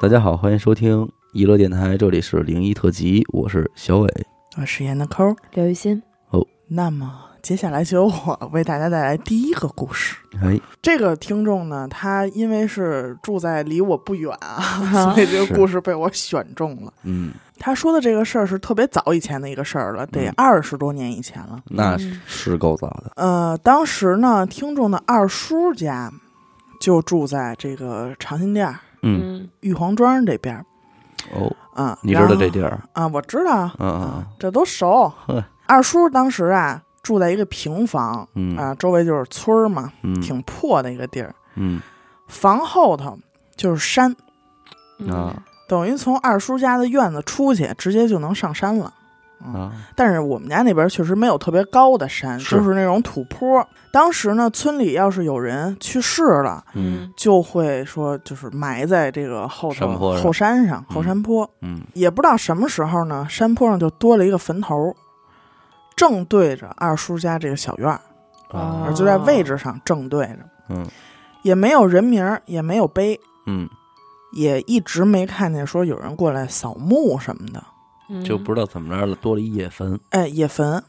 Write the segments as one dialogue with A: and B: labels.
A: 大家好，欢迎收听娱乐电台，这里是零一特辑，我是小伟。
B: 我是啊严的抠儿。
C: 刘雨欣，
B: 那么接下来就由我 为大家带来第一个故事。
A: 哎，
B: 这个听众呢，他因为是住在离我不远啊，所以这
A: 是
B: 个故事被我选中了。
A: 嗯，
B: 他说的这个事儿是特别早以前的一个事儿了，得
A: 嗯
B: 二十多年以前了。
A: 那
C: 嗯
A: 是够早的。
B: 呃，当时呢，听众的二叔家就住在这个长辛店儿
A: 嗯，
C: 嗯
B: 玉皇庄这边儿
A: 哦，
B: 啊。
A: 你知
B: 然
A: 道
B: 后
A: 这地儿？
B: 啊？我知道啊，
A: 嗯嗯
B: 这都熟
A: 呵。
B: 二叔当时啊住在一个平房
A: 嗯
B: 啊，周围就是村儿嘛，
A: 嗯
B: 挺破的一个地儿。
A: 嗯
B: 房后头就是山，
C: 嗯
A: 啊
B: 等于从二叔家的院子出去，直接就能上山了。嗯
A: 啊，
B: 但是我们家那边确实没有特别高的山，
A: 是
B: 就是那种土坡。当时呢，村里要是有人去世了，
A: 嗯
B: 就会说就是埋在这个后
A: 山
B: 头
A: 坡上
B: 后山上
A: 嗯
B: 后山坡。
A: 嗯
B: 也不知道什么时候呢，山坡上就多了一个坟头，正对着二叔家这个小院儿，
A: 啊
C: 哦
B: 就在位置上正对着，
A: 嗯
B: 也没有人名儿，也没有碑，
A: 嗯，
B: 也一直没看见说有人过来扫墓什么的。
C: 嗯
A: 就不知道怎么着了，多了一夜坟。
B: 哎，也坟。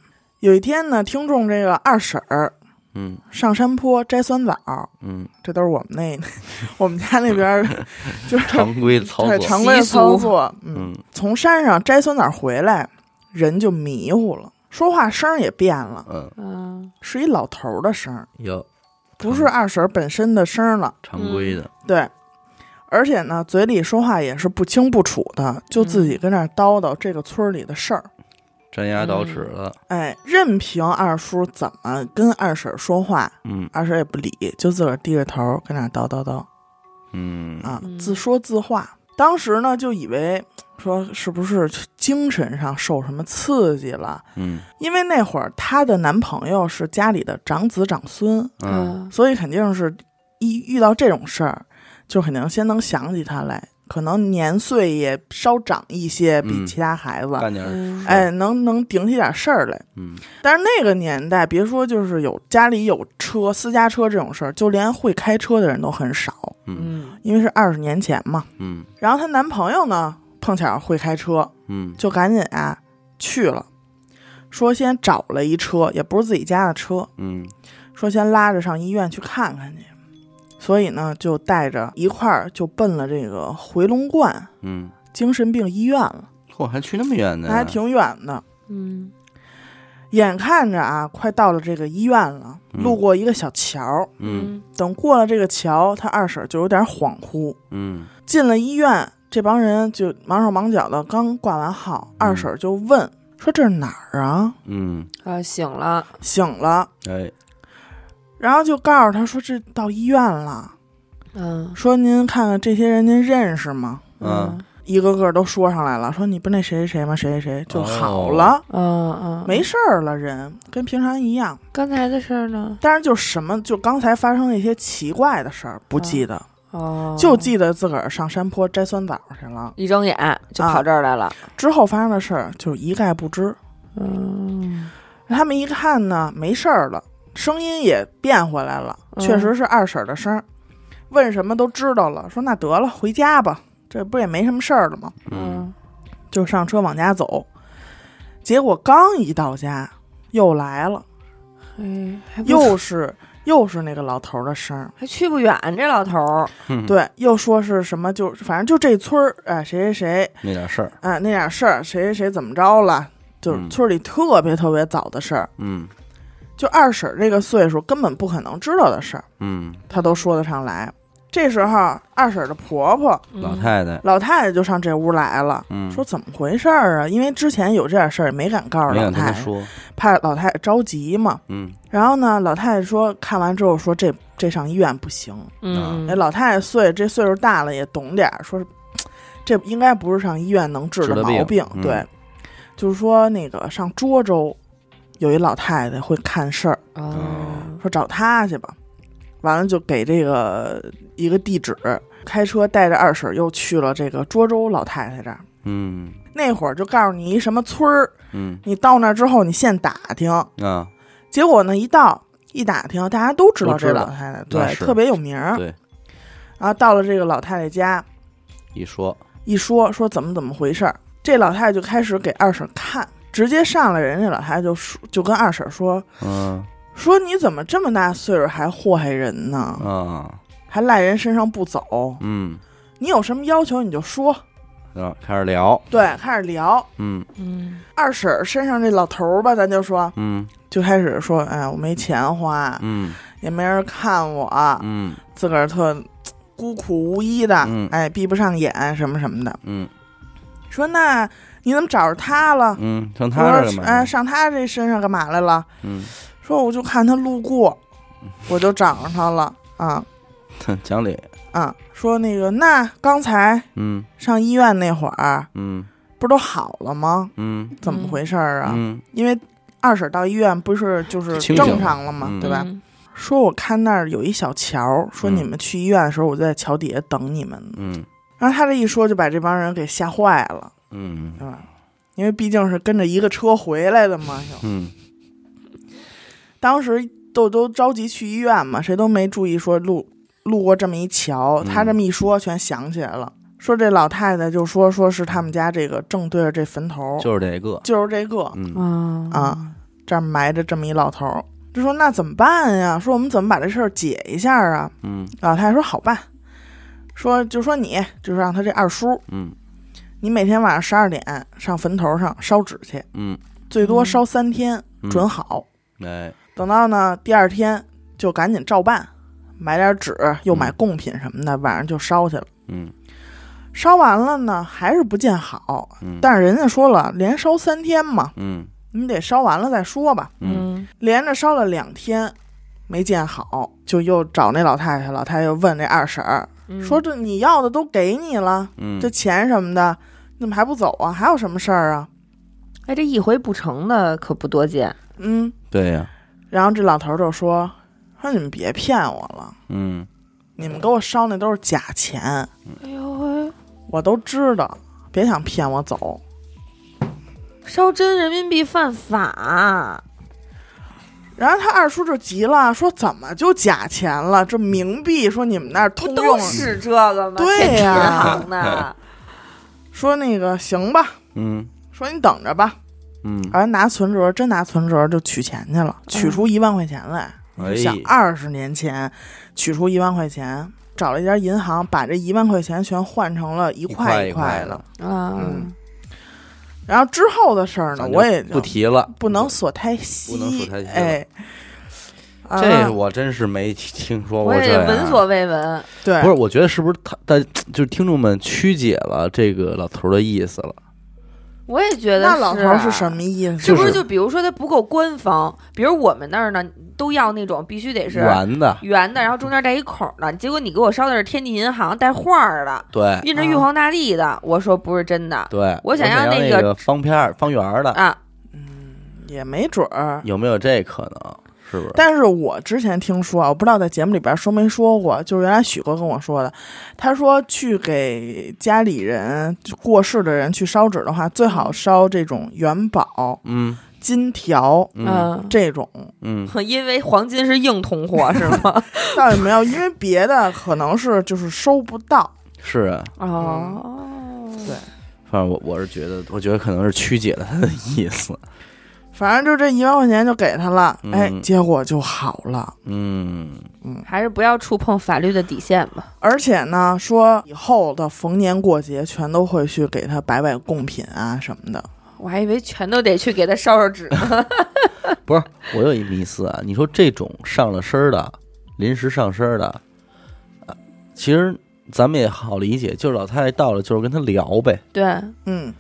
B: 有一天呢，听众这个二婶儿
A: 嗯
B: 上山坡摘酸枣，
A: 嗯，
B: 这都是我们那 我们家那边儿 就是
A: 常规的操
B: 对
A: 作。
B: 常规的
C: 习俗
B: 操作。嗯，
A: 嗯
B: 从山上摘酸枣回来，人就迷糊了，说话声儿也变了，
A: 嗯，
C: 嗯
B: 是一老头儿的声儿，
A: 要
B: 不是二婶儿本身的声儿了。
A: 常规的。
B: 对，而且呢，嘴里说话也是不清不楚的，就自
C: 嗯
B: 己跟那儿叨叨这个村儿里的事儿。
A: 粘牙倒齿了。
B: 哎，任凭二叔怎么跟二婶儿说话，
A: 嗯
B: 二婶儿也不理，就自个儿低着头跟那儿叨叨叨
A: 嗯
B: 啊，
C: 嗯
B: 自说自话。当时呢，就以为说是不是精神上受什么刺激了，
A: 嗯
B: 因为那会儿她的男朋友是家里的长子长孙，
A: 嗯
C: 啊
B: 所以肯定是一遇到这种事儿，就肯定先能想起他来。可能年岁也稍长一些，比
A: 嗯
B: 其他孩子，
A: 干点儿
C: 嗯
A: 事儿
B: 哎，，能能顶起点事儿来。
A: 嗯
B: 但是那个年代，别说就是有家里有车、私家车这种事儿，就连会开车的人都很少，
A: 嗯
C: 嗯
B: 因为是二十年前嘛。
A: 嗯
B: 然后她男朋友呢，碰巧会开车，
A: 嗯，
B: 就赶紧啊去了，说先找了一车，也不是自己家的车，
A: 嗯
B: 说先拉着上医院去看看去。所以呢，就带着一块儿就奔了这个回龙观
A: 嗯，
B: 精神病医院了，
A: 嚯，还去那么远呢？
B: 那还挺远的。
C: 嗯
B: 眼看着啊，快到了这个医院了，
A: 嗯
B: 路过一个小桥，
A: 嗯
B: 等过了这个桥，他二婶就有点恍惚。
A: 嗯
B: 进了医院，这帮人就忙手忙脚的，刚挂完号，二婶就问说：“这是哪儿啊
A: 嗯，
C: 啊醒了，？”
B: 醒了，
A: 哎，
B: 然后就告诉他说：“这到医院了。”
C: 嗯
B: 说：“您看看这些人，您认识吗
A: 嗯？”
B: 一个个都说上来了，说：“你不那谁谁谁吗？谁谁谁就好了，
C: 嗯嗯，
B: 没事儿了人，跟平常一样。
C: 刚才的事儿呢，
B: 但是就什么，就刚才发生的一些奇怪的事儿不记得，
C: 哦，
B: 就记得自个儿上山坡摘酸枣去了。
C: 一睁眼就
B: 啊
C: 跑这儿来了，
B: 之后发生的事儿就一概不知。
C: 嗯
B: 他们一看呢，没事儿了，声音也变回来了，
C: 嗯
B: 确实是二婶儿的声儿。问什么都知道了，说那得了，回家吧，这不也没什么事儿了吗？
A: 嗯
B: 就上车往家走。结果刚一到家，又来了，
C: 嗯，哎，还不
B: 又是又是那个老头儿的声儿。
C: 还去不远，这老头儿，
A: 嗯，
B: 对，又说是什么，就反正就这村儿，哎、谁谁谁，
A: 那点事儿，
B: 哎、那点事儿，谁谁谁怎么着了，就是
A: 嗯
B: 村里特别特别早的事儿，
A: 嗯
B: 就二婶儿这个岁数根本不可能知道的事儿，
A: 嗯，
B: 她都说得上来。这时候，二婶儿的婆婆
A: 老
C: 嗯
A: 太太，
B: 老太太就上这屋来了，
A: 嗯，
B: 说怎么回事儿啊？因为之前有这点事儿，也没敢告诉
A: 没
B: 老
A: 敢跟他
B: 太太，
A: 说，
B: 怕老太太着急嘛。
A: 嗯
B: 然后呢，老太太说看完之后说这这上医院不行，
C: 嗯
B: 哎，老太太岁这岁数大了也懂点儿，说是这应该不是上医院能治
A: 治的
B: 的毛
A: 病嗯
B: 对，就是说那个上涿州有一老太太会看事儿，
C: 哦
B: 说找她去吧。完了就给这个一个地址，开车带着二婶又去了这个涿州老太太这儿。
A: 嗯
B: 那会儿就告诉你一什么村儿，
A: 嗯
B: 你到那儿之后你现打听。
A: 啊，
B: 结果呢，一到一打听，大家都知道
A: 都知
B: 这
A: 道
B: 老太太，
A: 那
B: 对，
A: 是
B: 特别有名儿。
A: 对，
B: 然后到了这个老太太家，
A: 一说，
B: 一说说怎么怎么回事儿，这老太太就开始给二婶看，直接上来人家老太太就说就跟二婶说
A: 嗯
B: 说你怎么这么大岁数还祸害人呢？
A: 啊
B: 还赖人身上不走，
A: 嗯，
B: 你有什么要求你就说。
A: 然后开始聊，
B: 对，开始聊。
A: 嗯
C: 嗯
B: 二婶儿身上这老头儿吧，咱就说，
A: 嗯
B: 就开始说，哎，我没钱花，
A: 嗯
B: 也没人看我，
A: 嗯
B: 自个儿特嘖孤苦无依的，
A: 嗯
B: 哎，闭不上眼什么什么的。
A: 嗯
B: 说那你怎么找着他了？
A: 嗯，上
B: 我
A: 他这儿
B: 说
A: 干嘛
B: 哎，
A: 呀？
B: 上他这身上干嘛来了？
A: 嗯，
B: 说我就看他路过，我就找上他了啊
A: 哼讲理，
B: 啊！说那个，那刚才
A: 嗯
B: 上医院那会儿
A: 嗯
B: 不都好了吗？
A: 嗯
B: 怎么回事儿啊？
A: 嗯
B: 因为二婶到医院不是就是
A: 清醒
B: 正常了嘛，
A: 嗯
B: 对吧？
C: 嗯
B: 说我看那儿有一小桥，说
A: 嗯
B: 你们去医院的时候，我就在桥底下等你们。
A: 嗯
B: 然后他这一说，就把这帮人给吓坏了，
A: 嗯
B: 对吧？因为毕竟是跟着一个车回来 的嘛，就
A: 嗯
B: 当时都都着急去医院嘛，谁都没注意说路路过这么一桥。
A: 嗯
B: 他这么一说，全想起来了。说这老太太就说说是他们家这个正对着这坟头，
A: 就是这个，
B: 就是这个，
A: 嗯
C: 啊
B: 啊，这儿埋着这么一老头儿，就说那怎么办呀？说我们怎么把这事儿解一下啊？
A: 嗯
B: 老太太说好办，说就说你，就让他这二叔，
A: 嗯
B: 你每天晚上十二点上坟头上烧纸去，
A: 嗯，
B: 最多
C: 嗯
B: 烧三天，
A: 嗯
B: 准好。
A: 哎，
B: 等到呢第二天就赶紧照办，买点纸，又买贡品什么的，晚上就烧去了。
A: 嗯
B: 烧完了呢，还是不见好，
A: 嗯，
B: 但是人家说了，连烧三天嘛，
A: 嗯
B: 你得烧完了再说吧。
A: 嗯
B: 连着烧了两天，没见好，就又找那老太太。老太太又问这二婶儿、
C: 嗯
B: 说：“这你要的都给你了，
A: 嗯，
B: 这钱什么的，你怎么还不走啊？还有什么事儿啊
C: 哎，这一回不成的可不多见。？”
B: 嗯，
A: 对呀，
B: 然后这老头儿就说：“说你们别骗我了，
A: 嗯
B: 你们给我烧那都是假钱，
C: 哎呦喂，
B: 我都知道，别想骗我走。
C: 烧真人民币犯法，”
B: 然后他二叔就急了，说：“怎么就假钱了？这冥币说你们那儿
C: 不
B: 通
C: 都
B: 用，
C: 是这个吗？
B: 对
C: 骗
B: 呀
C: 银行的，
B: 说那个行吧，
A: 嗯
B: 说你等着吧。”
A: 嗯，
B: 而拿存折，真拿存折就取钱去了，取出一万块钱来。
A: 哎，
B: 想
C: 啊
B: 二十年前，取出一万块钱，找了一家银行，把这一万块钱全换成了一块
A: 一块
B: 块的。
A: 的，
C: 啊，
B: 嗯然后之后的事儿呢，
A: 咱就
B: 我也就
A: 不提了，
B: 不能锁太细，
A: 不能锁太细了
B: 哎，啊
A: 这我真是没听说
C: 我
A: 过这
C: 也
A: 样啊
C: 闻所未闻。
B: 对
A: 不是，我觉得是不是他，但就是听众们曲解了这个老头儿的意思了。
C: 我也觉得
B: 那老头儿是
C: 是啊
B: 什么意思？
C: 是不
A: 就是
C: 就比如说它不够官方？比如我们那儿呢，都要那种必须得是
A: 圆的，
C: 圆的，然后中间带一孔的。结果你给我烧的是天地银行带画儿的，
A: 对
C: 印着玉皇大帝的，我说不是真的
A: 对，
C: 我想
A: 要
C: 要那
A: 那
C: 个
A: 方片儿方圆儿的，
C: 啊。
B: 也没准儿。
A: 有没有这可能？是不是？
B: 但是我之前听说啊，我不知道在节目里边说没说过，就是原来许哥跟我说的，他说去给家里人就过世的人去烧纸的话，最好烧这种元宝、
A: 嗯
B: 金条
A: 嗯
B: 这种，
A: 嗯
C: 因为黄金是硬通货是吗？
B: 倒也没有，因为别的可能是就是收不到。
A: 是啊，
C: 哦，
B: 对，
A: 反正我我是觉得，我觉得可能是曲解了他的意思。
B: 反正就这一万块钱就给他了，
A: 嗯
B: 哎，结果就好了。
A: 嗯
C: 还是不要触碰法律的底线吧。
B: 而且呢，说以后的逢年过节全都会去给他摆摆贡品啊什么的。
C: 我还以为全都得去给他烧烧 纸呢。
A: 不是，我有一迷思啊，你说这种上了身儿的，临时上身儿的，呃其实咱们也好理解，就是老太太到了，就是跟他聊呗。
C: 对，
B: 嗯，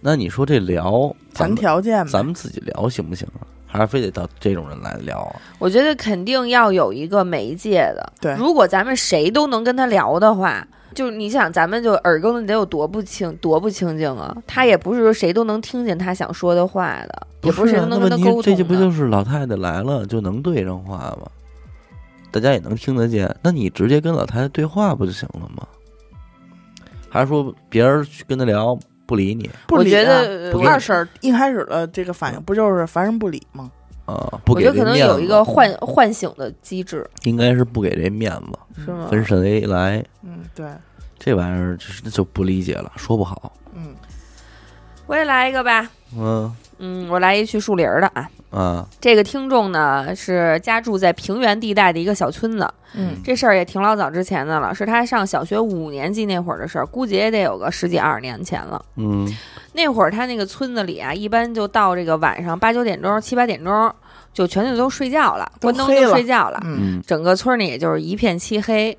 A: 那你说这聊，咱
B: 谈
A: 们
B: 条件吧
A: 咱。们自己聊行不行啊？还是非得到这种人来聊啊？
C: 我觉得肯定要有一个媒介的。
B: 对
C: 如果咱们谁都能跟他聊的话，就是你想，咱们就耳根子得有多不清，多不清净啊！他也不是说谁都能听见他想说的话的，也不
A: 是
C: 是谁
A: 啊
C: 都，
A: 那问
C: 能跟他
A: 题
C: 沟
A: 这就
C: 通
A: 不
C: 的。
A: 就是啊老太太来了就能对上话吗？大家也能听得见，那你直接跟老太太对话不就行了吗？还是说别人去跟他聊不理你
B: 不
C: 我
B: 理
C: 觉
B: 啊
C: 得
A: 不
C: 我
A: 给
B: 二婶儿一开始的这个反应不就是烦人不理吗？
A: 啊？不
C: 我
A: 给
C: 觉得
A: 这
C: 可能
A: 面
C: 有
A: 子，
C: 一个唤唤醒的机制，嗯
A: 应该是不给这面子，
C: 是吗？
A: 分谁来？
B: 嗯，对，
A: 这玩意儿就是就不理解了，说不好。
B: 嗯，
C: 我也来一个吧，
A: 嗯
C: 嗯，我来一去树林儿的啊。
A: 啊，
C: 这个听众呢是家住在平原地带的一个小村子，
B: 嗯
C: 这事儿也挺老早之前的了，是他上小学五年级那会儿的事儿，估计也得有个十几二十年前了。
A: 嗯
C: 那会儿他那个村子里啊，一般就到这个晚上八九点钟、七八点钟，就全就都睡觉了，
B: 都
C: 关灯
B: 黑
C: 就
B: 了
C: 睡觉了，
B: 嗯
A: 嗯
C: 整个村里也就是一片漆黑。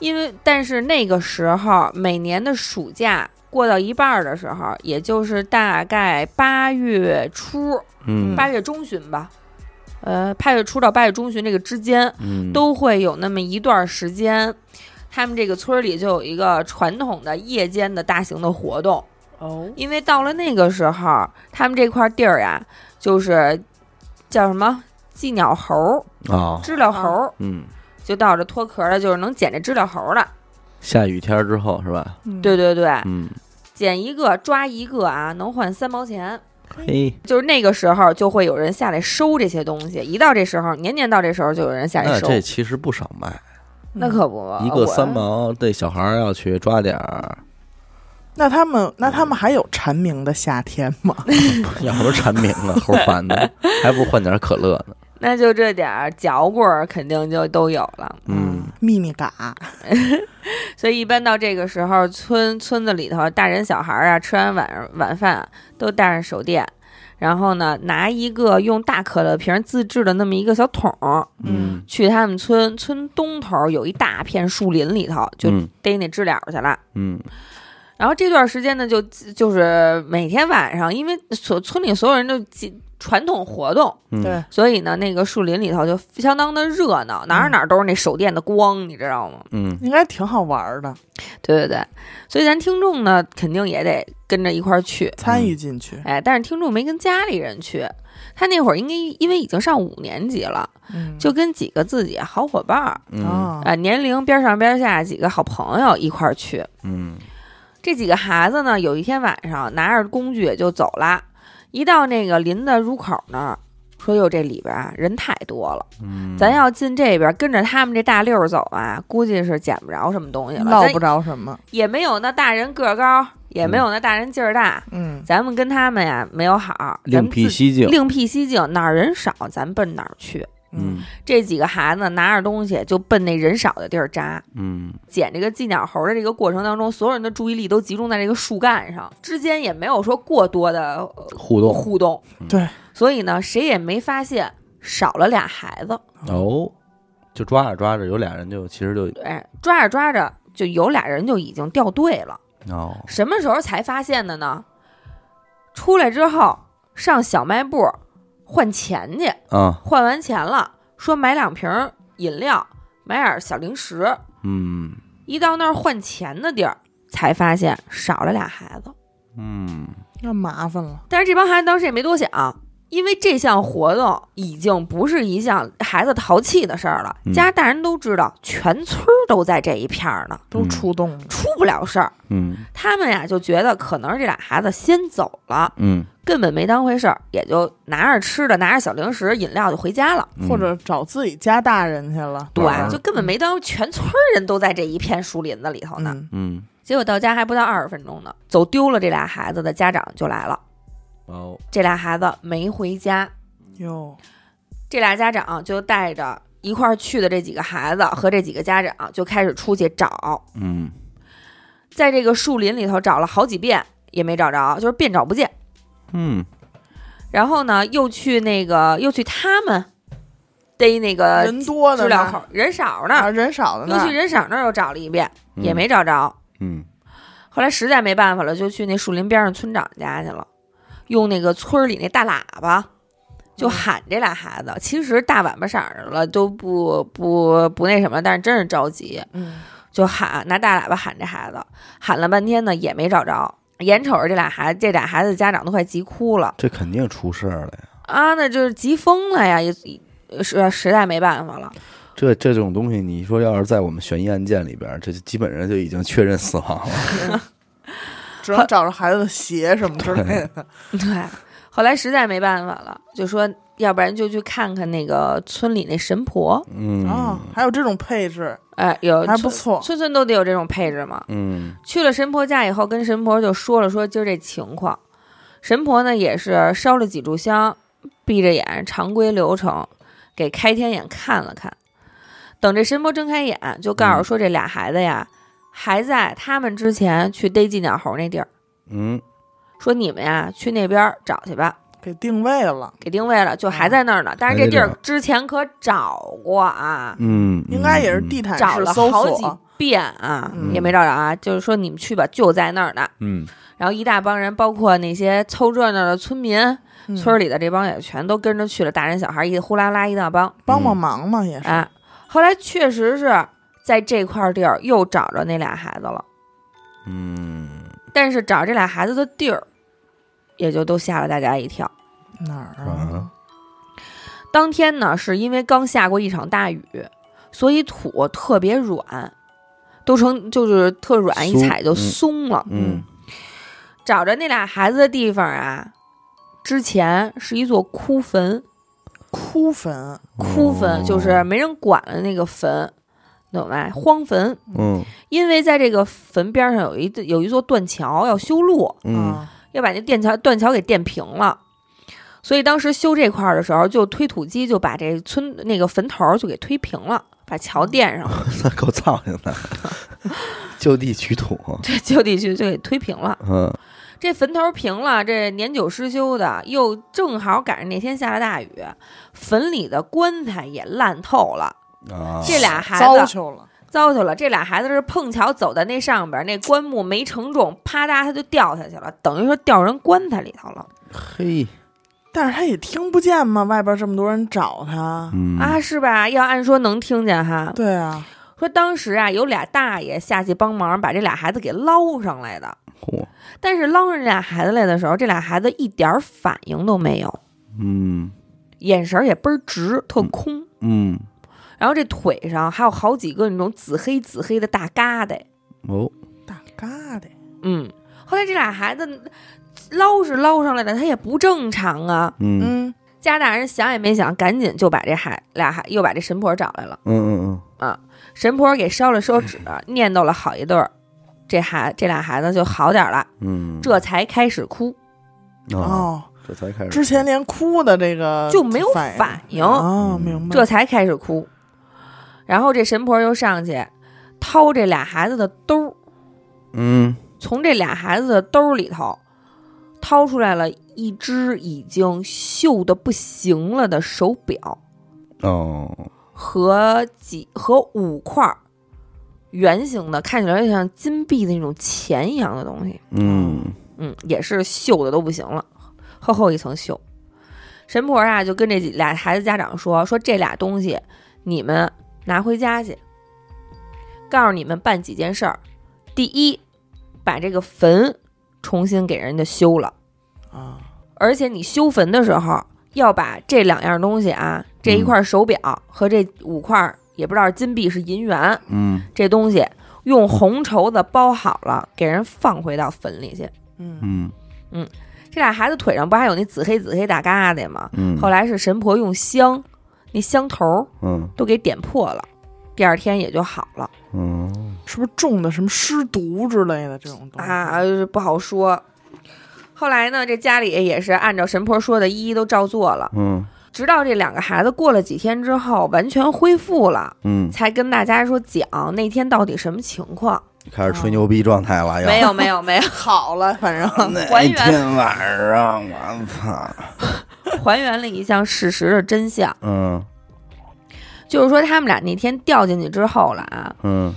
C: 因为但是那个时候，每年的暑假过到一半儿的时候，也就是大概八月初，
A: 嗯
C: 八月中旬吧，呃，八月初到八月中旬这个之间，
A: 嗯，
C: 都会有那么一段时间，他们这个村儿里就有一个传统的夜间的大型的活动，
B: 哦，
C: 因为到了那个时候，他们这块地儿啊，就是叫什么寄鸟猴儿、
A: 啊，
C: 知了猴儿，
A: 嗯，
C: 就到这脱壳儿了，就是能捡这知了猴儿了。
A: 下雨天儿之后是吧？
C: 对对对，
A: 嗯，
C: 捡一个抓一个啊，能换三毛钱。
A: 嘿，
C: 就是那个时候就会有人下来收这些东西，一到这时候，年年到这时候就有人下来
A: 那
C: 收，
A: 这其实不少卖，
C: 那可不，
A: 一个三
C: 啊我。
A: 毛，这小孩儿要去抓点儿，
B: 那他
A: 嗯
B: 们那他们还有蝉鸣的夏天吗？
A: 要不然蝉鸣了，齁烦的，还不如换点儿可乐呢。
C: 那就这点儿嚼棍儿肯定就都有了，
A: 嗯，
B: 秘密嘎，
C: 所以一般到这个时候，村村子里头大人小孩儿啊，吃完晚晚饭、啊、都带上手电，然后呢拿一个用大可乐瓶自制的那么一个小桶儿，
A: 嗯
C: 去他们村村东头有一大片树林里头就
A: 嗯
C: 逮那知了去了。
A: 嗯
C: 然后这段时间呢，就就是每天晚上，因为所村里所有人都集传统活动，
A: 嗯，
B: 对，
C: 所以呢，那个树林里头就相当的热闹，哪儿哪儿都是那手电的光，你知道吗？
A: 嗯
B: 应该挺好玩儿的，
C: 对对对，所以咱听众呢，肯定也得跟着一块儿去。
B: 参与进去。
C: 哎，但是听众没跟家里人去，他那会儿应该因为已经上五年级了，
B: 嗯，
C: 就跟几个自己好伙伴儿
A: 嗯
B: 啊
C: 啊、，年龄边上边下几个好朋友一块儿去。
A: 嗯
C: 这几个孩子呢，有一天晚上拿着工具也就走了，一到那个林的入口那儿，说：“哟，这里边啊人太多了，
A: 嗯，
C: 咱要进这边跟着他们这大溜儿走啊，估计是捡不着什么东西了。
B: 落
C: 咱
B: 不着什么。
C: 也没有那大人个儿高，也没有那大人劲儿大，
B: 嗯，
C: 咱们跟他们呀没有好，咱
A: 另
C: 们
A: 辟
C: 自
A: 蹊径。
C: 另辟蹊径，哪儿人少咱奔哪儿去。
A: 嗯
C: 这几个孩子拿着东西就奔那人少的地儿扎，
A: 嗯
C: 捡这个寄鸟猴的这个过程当中，所有人的注意力都集中在这个树干上，之间也没有说过多的呃
A: 互动
C: 互动，
A: 嗯
B: 对，
C: 所以呢，谁也没发现少了俩孩子。
A: 哦，就抓着抓着，有俩人就其实就
C: 哎，抓着抓着就有俩人就已经掉队了。
A: 哦，
C: 什么时候才发现的呢？出来之后上小卖部换钱去，
A: 啊，
C: 换完钱了，说买两瓶饮料，买点小零食。
A: 嗯
C: 一到那儿换钱的地儿，才发现少了俩孩子。
A: 嗯
B: 那麻烦了。
C: 但是这帮孩子当时也没多想，因为这项活动已经不是一项孩子淘气的事儿了，
A: 嗯
C: 家大人都知道，全村儿都在这一片儿呢，
B: 都
A: 嗯
B: 出动了，
C: 出不了事儿。
A: 嗯
C: 他们呀就觉得可能是这俩孩子先走了，
A: 嗯，
C: 根本没当回事儿，也就拿着吃的、拿着小零食、饮料就回家了。
A: 嗯
B: 或者找自己家大人去了。
C: 对
A: 玩儿，
C: 就根本没当全村儿人都在这一片树林子里头呢。
B: 嗯，
A: 嗯
C: 结果到家还不到二十分钟呢，走丢了这俩孩子的家长就来了，
A: 哦，
C: 这俩孩子没回家，
B: 哟，
C: 这俩家长就带着一块儿去的这几个孩子和这几个家长就开始出去找，
A: 嗯
C: 在这个树林里头找了好几遍也没找着，就是遍找不见。
A: 嗯
C: 然后呢，又去那个又去他们逮那个
B: 人多的
C: 知了呃口
B: 呢，
C: 人少
B: 啊，
C: 呢，
B: 人少的嗯
C: 又去
B: 呢，
C: 人少那儿又找了一遍也没找着。
A: 嗯
C: 后来实在没办法了，就去那树林边上村长家去了，用那个村儿里那大喇
B: 嗯
C: 叭就喊这俩孩子。其实大晚巴色儿了都不不不那什么，但是真是着急，
B: 嗯，
C: 就喊拿大喇叭喊这孩子，喊了半天呢也没找着。眼瞅着这俩孩子，这俩孩子家长都快急哭了
A: 这肯定出事儿了呀，
C: 啊，那就是急疯了呀，也也是实在没办法了。
A: 这这种东西，你说要是在我们悬疑案件里边儿，这就基本上就已经确认死亡了。
B: 只能找着孩子的鞋什么之类的。
C: 对，后来实在没办法了，就说要不然就去看看那个村里那神婆，
A: 嗯
B: 哦，还有这种配置，
C: 哎，有
B: 还不
C: 村
B: 错。
C: 村村都得有这种配置嘛。
A: 嗯
C: 去了神婆家以后，跟神婆就说了说今儿这情况，神婆呢也是烧了几炷香，闭着眼，常规流程给开天眼看了看。等这神婆睁开眼，就告
B: 嗯
C: 诉说这俩孩子呀、还在他们之前去逮寄鸟猴那地儿，
A: 嗯
C: 说你们呀去那边找去吧，
B: 给定位了，
C: 给定位了，就啊还在那儿呢。但是这地儿之前可找过啊，
A: 嗯，
B: 应该也是地毯
C: 找
B: 式
C: 了
B: 搜
C: 好几
B: 索，
C: 遍啊，
B: 嗯
C: 也没找着啊。就是说你们去吧，就在那儿呢。
A: 嗯
C: 然后一大帮人，包括那些凑热闹的村民，
B: 嗯
C: 村里的这帮也全都跟着去了，大人小孩一呼啦啦一大帮
B: 帮帮忙嘛，也是。
C: 啊。后来确实是在这块地儿又找着那俩孩子了，
A: 嗯，
C: 但是找这俩孩子的地儿，也就都吓了大家一跳。
B: 哪儿
A: 啊
B: 啊？
C: 当天呢，是因为刚下过一场大雨，所以土特别软，都成就是特软，一
A: 松
C: 踩就
A: 嗯
C: 松了。
A: 嗯
C: 找着那俩孩子的地方啊，之前是一座枯坟，
B: 哭坟，
C: 枯坟
A: 哦
C: 就是没人管的那个坟，懂吧？荒坟，
A: 嗯
C: 因为在这个坟边上有一有一座断桥要修路，
A: 嗯
B: 啊，
C: 要把那断桥断桥给垫平了。所以当时修这块儿的时候，就推土机就把这村那个坟头儿就给推平了，把桥垫上了，
A: 那 够操心 的，就地取土，
C: 这就地去就给推平了。
A: 嗯
C: 这坟头平了，这年久失修的，又正好赶上那天下了大雨，坟里的棺材也烂透了。
A: 啊，
C: 这俩孩
B: 糟
C: 子
B: 蹋了，
C: 糟蹋了，这俩孩子是碰巧走在那上边，那棺木没承重，啪嗒他就掉下去了，等于说掉人棺材里头了、
A: 嘿，
B: 但是他也听不见嘛，外边这么多人找他。
A: 嗯
C: 啊，是吧？要按说能听见哈。
B: 对啊，
C: 说当时啊，有俩大爷下去帮忙把这俩孩子给捞上来的，
A: 嚯，
C: 但是捞上这俩孩子来的时候，这俩孩子一点儿反应都没有，
A: 嗯
C: 眼神儿也倍儿直，特空。
A: 嗯
C: 然后这腿上还有好几个那种紫黑紫黑的大疙瘩。
A: 哦，
B: 大嘎的，
C: 嗯，后来这俩孩子捞是捞上来的，他也不正常啊。
A: 嗯
B: 嗯，
C: 家大人想也没想，赶紧就把这孩俩孩又把这神婆找来了。
A: 嗯嗯
C: 神婆给烧了烧纸，念叨了好一顿儿，这孩这俩孩子就好点儿了，
A: 嗯，
C: 这才开始哭，
A: 啊，
B: 哦，
A: 这才开始，
B: 之前连哭的这个
C: 就没有
B: 呃反
C: 反应，
B: 哦，
A: 嗯
B: 明白，
C: 这才开始哭。然后这神婆又上去掏这俩孩子的兜儿，
A: 嗯
C: 从这俩孩子的兜里头掏出来了一只已经锈的不行了的手表
A: 哦，
C: 和几和五块儿圆形的，看起来就像金币的那种钱一样的东西，
A: 嗯
C: 嗯，也是锈的都不行了，厚厚一层锈。神婆啊，就跟这几俩孩子家长说：“说这俩东西你们拿回家去，告诉你们办几件事儿。第一，把这个坟重新给人家修了。”
B: 啊，
C: 而且你修坟的时候要把这两样东西啊，这一块手表和这五块儿也不知道是金币是银元，
A: 嗯
C: 这东西用红绸子包好了，给人放回到坟里去。
B: 嗯，
A: 嗯
C: 这俩孩子腿上不还有那紫黑紫黑大疙瘩吗？
A: 嗯，
C: 后来是神婆用香，那香头儿
A: 嗯
C: 都给点破了，第二天也就好了
A: 嗯
B: 是不是中的什么尸毒之类的这种
A: 哦
B: 东西
C: 啊，就是不好说。后来呢，这家里也是按照神婆说的，一一都照做了。
A: 嗯
C: 直到这两个孩子过了几天之后完全恢复了，
A: 嗯，
C: 才跟大家说讲那天到底什么情况。
A: 开始吹牛逼状态了，
C: 没有没有没有，
B: 好了，反正
A: 哎 那天晚上，我操！
C: 还原了一项事实的真相，
A: 嗯
C: 就是说他们俩那天掉进去之后了啊，
A: 嗯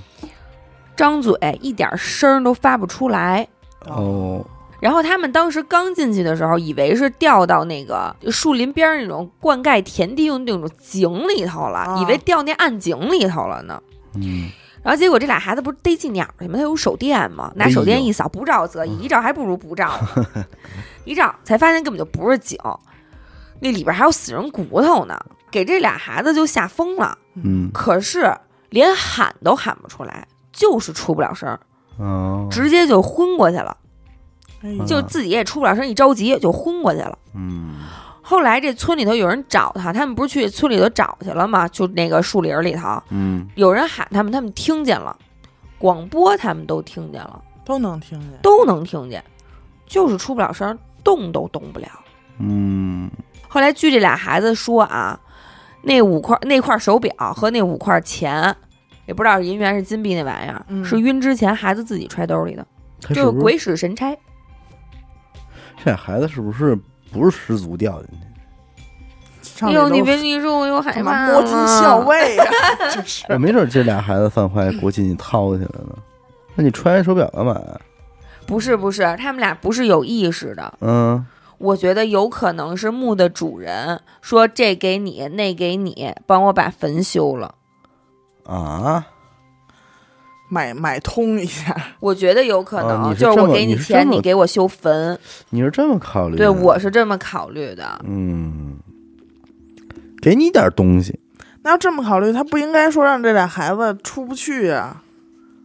C: 张嘴一点声儿都发不出来。
A: 哦，
C: 然后他们当时刚进去的时候，以为是掉到那个树林边儿那种灌溉田地用那种井里头了，
B: 啊
C: 以为掉那暗井里头了呢。
A: 嗯
C: 然后结果这俩孩子不是逮寄鸟去吗？他有手电嘛，拿手电一扫，不照则已，一照还不如不照呢。一照才发现根本就不是井，那里边还有死人骨头呢，给这俩孩子就吓疯了。
A: 嗯
C: 可是连喊都喊不出来，就是出不了声儿，
A: 哦，
C: 直接就昏过去了，
B: 哎呦
A: 嗯
C: 就自己也出不了声，一着急就昏过去了。
A: 嗯
C: 后来这村里头有人找他，他们不是去村里头找去了吗？就那个树林里头，
A: 嗯，
C: 有人喊他们，他们听见了，广播他们都听见了，
B: 都能听见。
C: 都能听见，就是出不了声，动都动不了。
A: 嗯，
C: 后来据这俩孩子说啊，那五块那块手表和那五块钱，也不知道是银元是金币那玩意儿，
B: 嗯
C: 是晕之前孩子自己揣兜里的，
A: 他
C: 就是是
A: 不是
C: 鬼使神差。
A: 这俩孩子是不是不是失足掉进去？
B: 上
C: 哎
B: 来
C: 呦，
B: 都
C: 你别你说我又害
B: 干
C: 怕
B: 嘛
C: 啊了。
B: 摸金校尉呀、 就是
A: 我没准这俩孩子犯坏，国际你掏起来了。那你揣手表干嘛呀？
C: 不是不是，他们俩不是有意识的，
A: 嗯，
C: 我觉得有可能是墓的主人说这给你，那给你，帮我把坟修了。
A: 啊，
B: 买买通一下，
C: 我觉得有可能，
A: 啊你是
C: 就是
A: 这
C: 我
A: 么
C: 给
A: 你是这
C: 钱，
A: 么
C: 你给我修坟。
A: 你是这么考虑的？
C: 对，我是这么考虑的。
A: 嗯，给你点东西，
B: 那要这么考虑，他不应该说让这俩孩子出不去啊？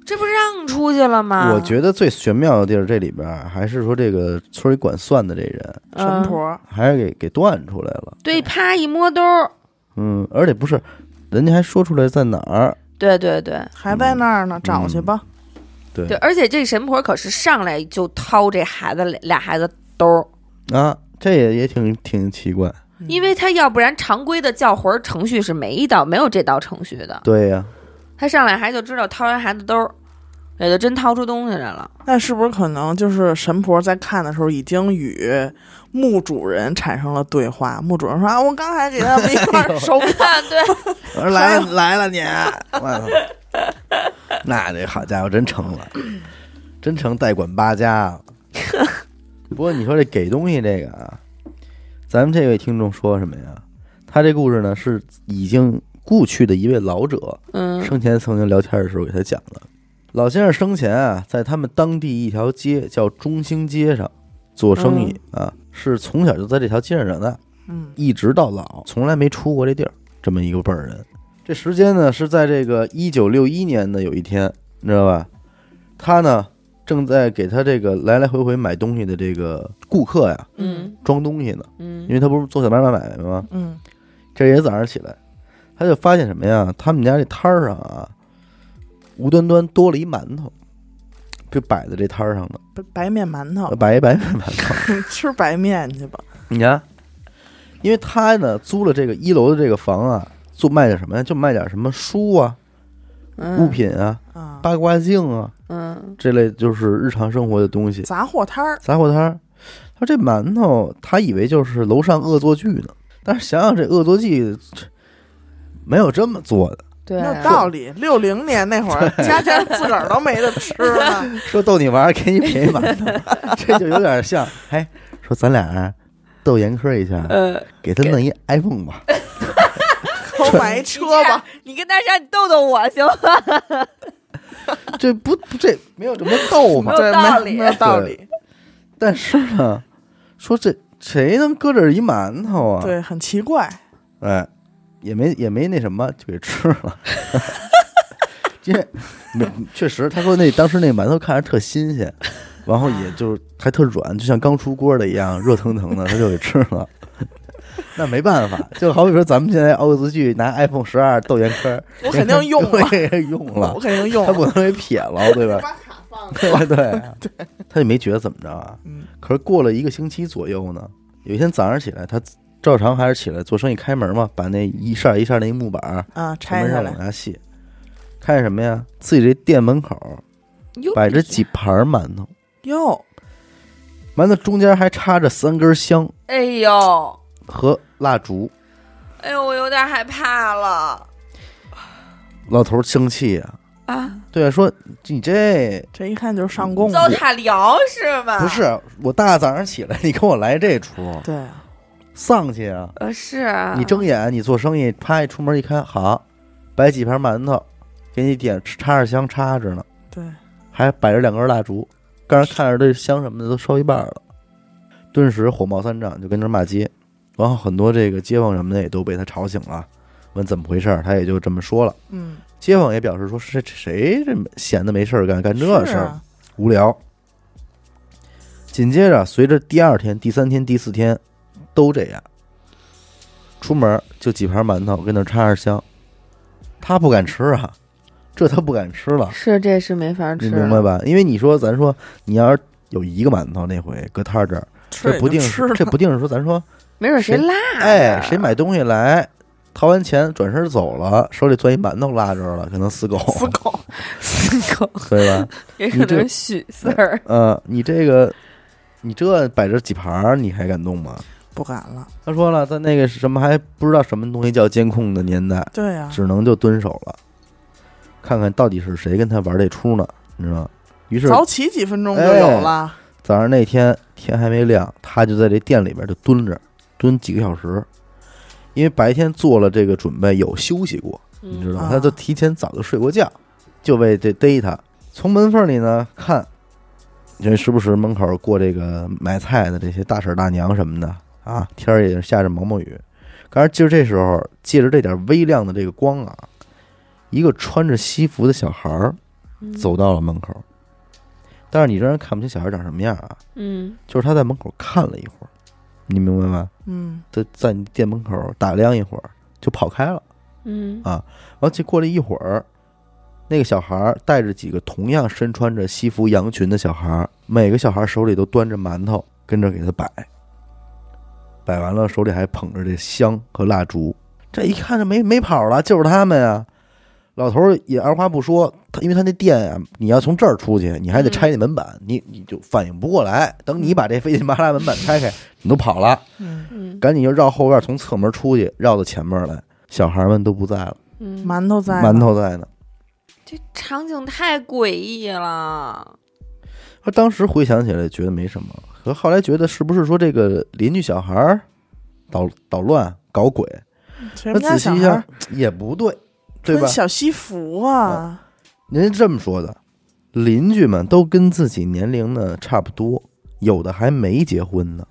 C: 这不让出去了吗？
A: 我觉得最玄妙的地儿，这里边儿还是说这个村里管算的这人，
C: 嗯
B: 神婆，
A: 还是给给断出来了。
C: 对，啪一摸兜儿，
A: 嗯，而且不是，人家还说出来在哪儿。
C: 对对对
B: 还在那儿呢，找
A: 嗯
B: 去吧。
A: 对
C: 对，而且这神婆可是上来就掏这孩子俩孩子兜儿，
A: 啊，这也也挺挺奇怪。
C: 因为他要不然常规的叫魂儿程序是没一道没有这道程序的，
A: 对 呀、
C: 他上来还就知道掏人孩子兜儿，也就真掏出东西 来了。
B: 那是不是可能就是神婆在看的时候已经与墓主人产生了对话？墓主人说：“啊，我刚才给他们一块儿手
A: 哎
B: 表，
C: 啊， 对，
A: 我说 来了来了你，我操！那这好家伙真成了，真成代管八家了。不过你说这给东西这个啊，咱们这位听众说什么呀？他这故事呢是已经故去的一位老者
C: 嗯
A: 生前曾经聊天的时候给他讲的。老先生生前啊，在他们当地一条街叫中兴街上做生意、
C: 嗯
A: 啊，是从小就在这条街上长大。
B: 嗯，
A: 一直到老，从来没出过这地儿，这么一个辈儿人。这时间呢是在这个一九六一年的有一天，你知道吧？他呢正在给他这个来来回回买东西的这个顾客呀
C: 嗯
A: 装东西呢，因
C: 嗯
A: 为他不是做小买卖买卖吗？
B: 嗯，
A: 这也早上起来，他就发现什么呀？他们家这摊儿上啊，无端端多了一馒头，就摆在这摊儿上了，
B: 白白面馒头，
A: 摆一摆一馒头。
B: 吃白面去吧。
A: 你看，因为他呢租了这个一楼的这个房啊，做卖点什么呀？就卖点什么书啊、
C: 嗯，
A: 物品啊、
B: 啊，
A: 八卦镜啊
C: 嗯
A: 这类，就是日常生活的东西。
B: 杂货摊儿，
A: 杂货摊儿，他说这馒头，他以为就是楼上恶作剧呢，但是想想这恶作剧这没有这么做的。
C: 对
B: 没，有 道理。六零年那会儿，家家自个儿都没得吃了。
A: 说逗你玩儿，给你便宜馒头， 这就有点像，哎，说咱俩啊逗严苛一下，
C: 呃，
A: 给他弄一 iPhone 吧。
B: 给我买一车吧，
C: 你跟大家你逗逗我 行吗？
A: 这不不这没有什么逗 法
C: 没，有道理
B: 没有道理，
A: 但是呢，说这谁能搁这儿一馒头啊？，
B: 对，很奇怪。
A: 哎，也没也没那什么，就给吃了。 因为没确实，他说那当时那馒头看着特新鲜，然后也就是还特软，就像刚出锅的一样，热腾腾的，他就给吃了。 那没办法，就好比说咱们现在恶作剧拿 iPhone 十二逗严科，
B: 我肯定 用了，
A: 了，用了
B: 我，肯定 用
A: 他不
B: 了。
A: 能给撇了， 对吧？
B: 把卡放了，
A: 对吧？ 对，他就没觉得怎么着啊。
B: 嗯
A: 可是过了一个星期左右呢，有一天早上起来，他照常还是起来做生意开门嘛，把那一扇儿一扇儿那一木板儿
B: 啊，拆
A: 门
B: 下
A: 上
B: 来
A: 往。下卸，看见什么呀？自己这店门口
C: 哟
A: 摆着几盘儿馒头，
B: 哟，
A: 馒头中间还插着三根香
C: 哎呦，
A: 和蜡烛。
C: 哎呦，我有点害怕了
A: 老头儿生气呀、
C: 啊！
A: 对啊，说你这
B: 这一看就是上供
C: 糟
B: 的。
C: 蹋粮是吧？
B: 啊
A: 不，是我大早上起来，你跟我来这出，
B: 对，
A: 丧气啊！
C: 呃，是啊
A: 你睁眼，你做生意，啪一出门一看，好，摆几盘馒头，给你点插着香插着呢，
B: 对，
A: 还摆着两根蜡烛，刚才看着这香什么的都烧一半了，顿时火冒三丈，就跟这骂街，然后很多这个街坊什么的也都被他吵醒了，问怎么回事儿，他也就这么说了。
B: 嗯，
A: 街坊也表示说，是这谁这闲的没事儿干干这
B: 是
A: 事儿、
B: 啊
A: 无聊。紧接着，随着第二天、第三天、第四天都这样，出门就几盘馒头跟那儿插着香，他不敢吃啊，这他不敢吃了，
C: 是这是没法
B: 啊
A: 你
C: 吃，
A: 明白吧？因为你说咱说你要是有一个馒头那回搁摊儿这儿，
B: 吃
A: 这
B: 也
A: 不
B: 就
A: 定
B: 吃
A: 是
B: 了，
A: 这不定是说咱 说
C: 没准谁
A: 谁
C: 落
A: 哎
C: 着
A: 谁买东西来。掏完钱转身走了，手里攥一馒头落这儿了，可能死狗，
B: 死 狗，
C: 死狗，
A: 对吧？
C: 也
A: 你
C: 可
A: 这
C: 能许四儿，
A: 呃，你这个，你这摆着几盘儿，你还敢动吗？
B: 不敢了。
A: 他说了，在那个什么还不知道什么东西叫监控的年代，
B: 对啊呀、
A: 只能就蹲守了，看看到底是谁跟他玩这出呢？你知道吗？于是哎
B: 早起几分钟就有了，
A: 早上那天天还没亮，他就在这店里边就蹲着，蹲几个小时，因为白天做了这个准备，有休息过，你知道吗，
B: 啊
A: 他就提前早就睡过觉，就为这逮他。从门缝里呢看，人时不时门口过这个买菜的这些大婶大娘什么的啊，天儿也下着毛毛雨。刚是就这时候，借着这点微亮的这个光啊，一个穿着西服的小孩儿
C: 嗯
A: 走到了门口，但是你仍然看不清小孩长什么样啊，
C: 嗯
A: 就是他在门口看了一会儿，你明白吗？
B: 嗯，
A: 他在你店门口打量一会儿就跑开了。
C: 嗯
A: 啊然后就过了一会儿，那个小孩儿带着几个同样身穿着西服羊群的小孩儿，每个小孩儿手里都端着馒头，跟着给他摆。摆完了，手里还捧着这香和蜡烛。这一看就没没跑了，就是他们呀。老头儿也二话不说，他因为他那店呀、你要从这儿出去，你还得拆那门板，你你就反应不过来。等你把这费劲巴拉门板拆开，你都跑了，
B: 嗯，
C: 嗯
A: 赶紧就绕后院，从侧门出去，绕到前面来。小孩儿们都不在了。
C: 嗯，
B: 馒头在，
A: 馒，头在呢。
C: 这场景太诡异了，
A: 他当时回想起来觉得没什么，可后来觉得是不是说这个邻居小孩儿捣捣乱搞鬼？
B: 谁
A: 那
B: 们家
A: 仔
B: 小
A: 细一
B: 孩
A: 下
B: 儿
A: 也不对，对
B: 穿
A: 吧？
B: 小西服啊，
A: 人家这么说的，邻居们都跟自己年龄呢差不多，有的还没结婚呢。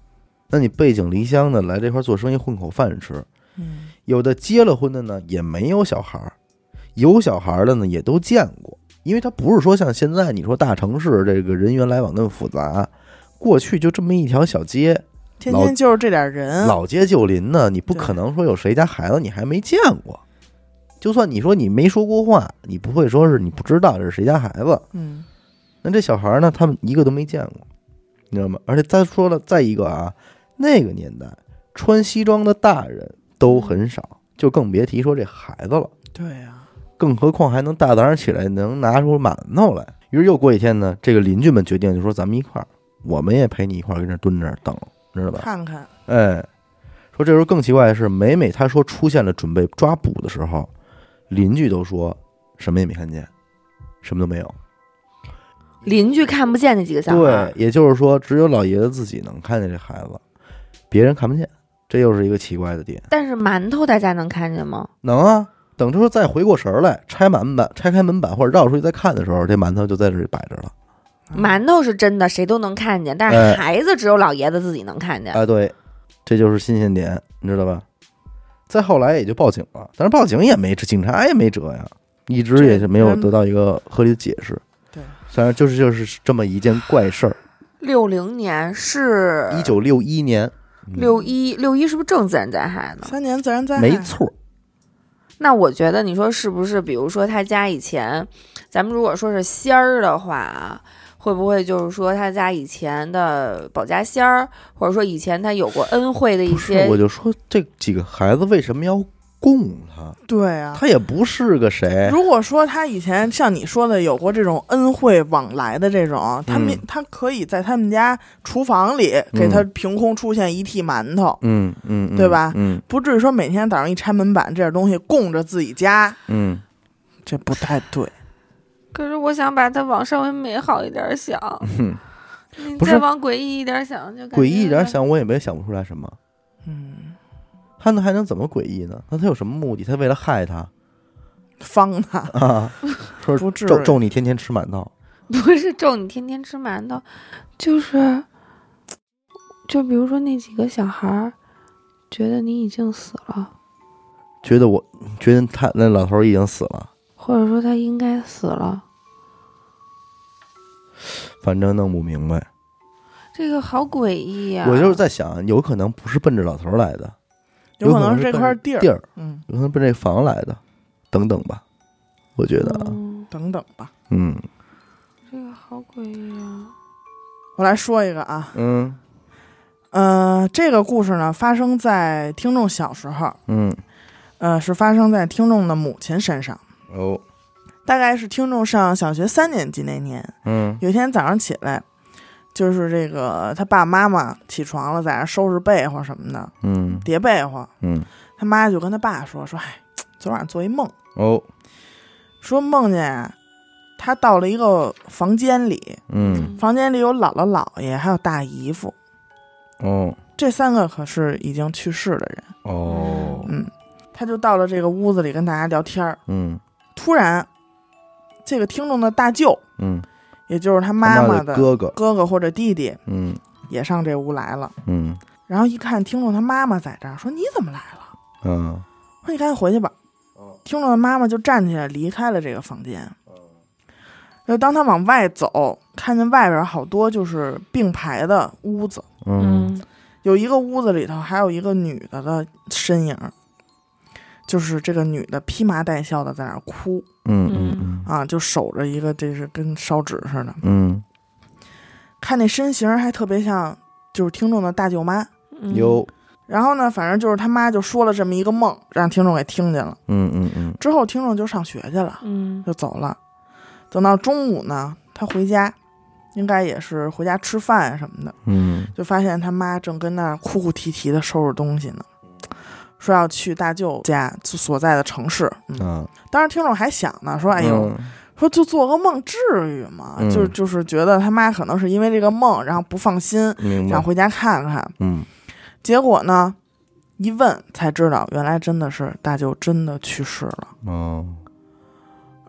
A: 那你背井离乡的来这块儿做生意混口饭吃，
B: 嗯，
A: 有的结了婚的呢也没有小孩儿，有小孩儿的呢也都见过，因为他不是说像现在你说大城市这个人员来往那么复杂，过去就这么一条小街，
B: 天
A: 老
B: 天就是这点人，
A: 老街旧邻呢，你不
B: 嗯对
A: 可能说有谁家孩子你还没见过，就算你说你没说过话，你不会说是你不知道这是谁家孩子，
B: 嗯
A: 那这小孩儿呢，他们一个都没见过，你知道吗？而且再说了，再一个啊，那个年代穿西装的大人都很少，就更别提说这孩子了。，
B: 对啊呀、
A: 更何况还能大早上起来能拿出馒头来。于是又过几天呢，这个邻居们决定就说咱们一块儿，我们也陪你一块儿跟这儿蹲着等，知道吧？
B: 看看，
A: 哎，说这时候更奇怪的是，每每他说出现了准备抓捕的时候，邻居都说什么也没看见，什么都没有。
C: 邻居看不见那几个小孩
A: 对
C: 儿，，
A: 也就是说，只有老爷子自己能看见这孩子，别人看不见，这又是一个奇怪的点。
C: 但是馒头大家能看见吗？
A: 能啊，等他说再回过神儿来，拆门板、拆开门板或者绕出去再看的时候，这馒头就在这里摆着了。
C: 馒头是真的，谁都能看见，
A: 嗯
C: 但
A: 哎
C: 是孩子只有老爷子自己能看见。
A: 啊，对，这就是新鲜点，你知道吧？再后来也就报警了，但是报警也没辙，警察也没辙呀，一直也是没有得到一个合理的解释。
B: 嗯对，
A: 反正就是就是这么一件怪事儿。
C: 六零年是
B: 嗯
A: 一九六一年，
C: 六一六一是不是正自然灾害呢？
B: 三年自然灾害，
A: 没错儿，
C: 那我觉得你说是不是？比如说他家以前，咱们如果说是仙儿的话啊，会不会就是说他家以前的保家仙儿，或者说以前他有过恩惠的一
A: 不是
C: 些，
A: 我就说这几个孩子为什么要供他？
B: 对啊。
A: 他也不是个谁，
B: 如果说他以前像你说的有过这种恩惠往来的这种，他们、他可以在他们家厨房里给他凭空出现一屉馒头，
A: 嗯嗯，嗯
B: 对吧
A: 嗯
B: 不至于说每天早上一拆门板这点东西供着自己家，
A: 嗯，
B: 这不太对。
C: 可是我想把它往稍微美好一点儿想，你
A: 不
C: 再
A: 是
C: 往诡异一点儿想，就感
A: 诡异
C: 觉
A: 一点想，我也没想不出来什么。
B: 嗯，
A: 他那还能怎么诡异呢？那他有什么目的？他为了害他
B: 方呢？
A: 啊？说
B: 不至于
A: 咒咒你天天吃馒头，
C: 不是咒你天天吃馒头，就是，就比如说那几个小孩儿，觉得你已经死了，
A: 觉得我觉得他那老头儿已经死了。
C: 或者说他应该死了，
A: 反正弄不明白，
C: 这个好诡异呀、
A: 我就是在想，有可能不是奔着老头儿来的，
B: 有可
A: 可
B: 能
A: 是
B: 这
A: 奔
B: 块
A: 着
B: 地儿，
A: 地儿，
B: 嗯，
A: 有可能奔这房来的，等等吧，我觉得啊，
B: 等等吧。
A: 嗯
C: 这个好诡异啊！
B: 我来说一个啊，
A: 嗯
B: 呃，这个故事呢发生在听众小时候，
A: 嗯，
B: 呃，是发生在听众的母亲身上。
A: 哦，
B: 大概是听众上小学三年级那年，
A: 嗯
B: 有一天早上起来，就是这个他爸妈妈起床了，在那收拾被窝什么的，
A: 嗯
B: 叠被窝。
A: 嗯，
B: 他妈就跟他爸说说，哎，昨晚上做一梦，
A: 哦，
B: 说梦见啊他到了一个房间里，
A: 嗯
B: 房间里有姥姥、姥爷，还有大姨夫，
A: 哦
B: 这三个可是已经去世的人。
A: 哦，
B: 嗯，他就到了这个屋子里跟大家聊天儿。
A: 嗯
B: 突然，这个听众的大舅，
A: 嗯，
B: 也就是他妈
A: 他
B: 妈
A: 妈
B: 的
A: 哥哥，
B: 哥哥或者弟弟，
A: 嗯
B: 也上这屋来了。
A: 嗯
B: 然后一看听众他妈妈在这儿，说你怎么来了？
A: 啊，
B: 说你赶紧回去吧。听众的妈妈就站起来离开了这个房间。就当他往外走，看见外边好多就是并排的屋子，
A: 嗯
B: 有一个屋子里头还有一个女的的身影，就是这个女的披麻戴孝的在那儿哭
A: 嗯嗯
B: 啊，就守着一个这是跟烧纸似的，
A: 嗯
B: 看那身形还特别像就是听众的大舅妈。
A: 嗯，
C: 嗯，
A: 有，
B: 然后呢，反正就是他妈就说了这么一个梦，让听众给听见了。
A: 嗯嗯嗯
B: 之后听众就上学去了，
C: 嗯
B: 就走了。等到中午呢，他回家，应该也是回家吃饭什么的，
A: 嗯
B: 就发现他妈正跟那儿哭哭啼啼的收拾东西呢，说要去大舅家所在的城市。嗯，
A: 啊，
B: 当时听众还想呢，说哎呦，说就做个梦至于吗？
A: 嗯
B: 就就是觉得他妈可能是因为这个梦，然后不放心，
A: 嗯，明
B: 想
A: 白，
B: 回家看看。
A: 嗯
B: 结果呢，一问才知道，原来真的是大舅真的去世了。
A: 哦，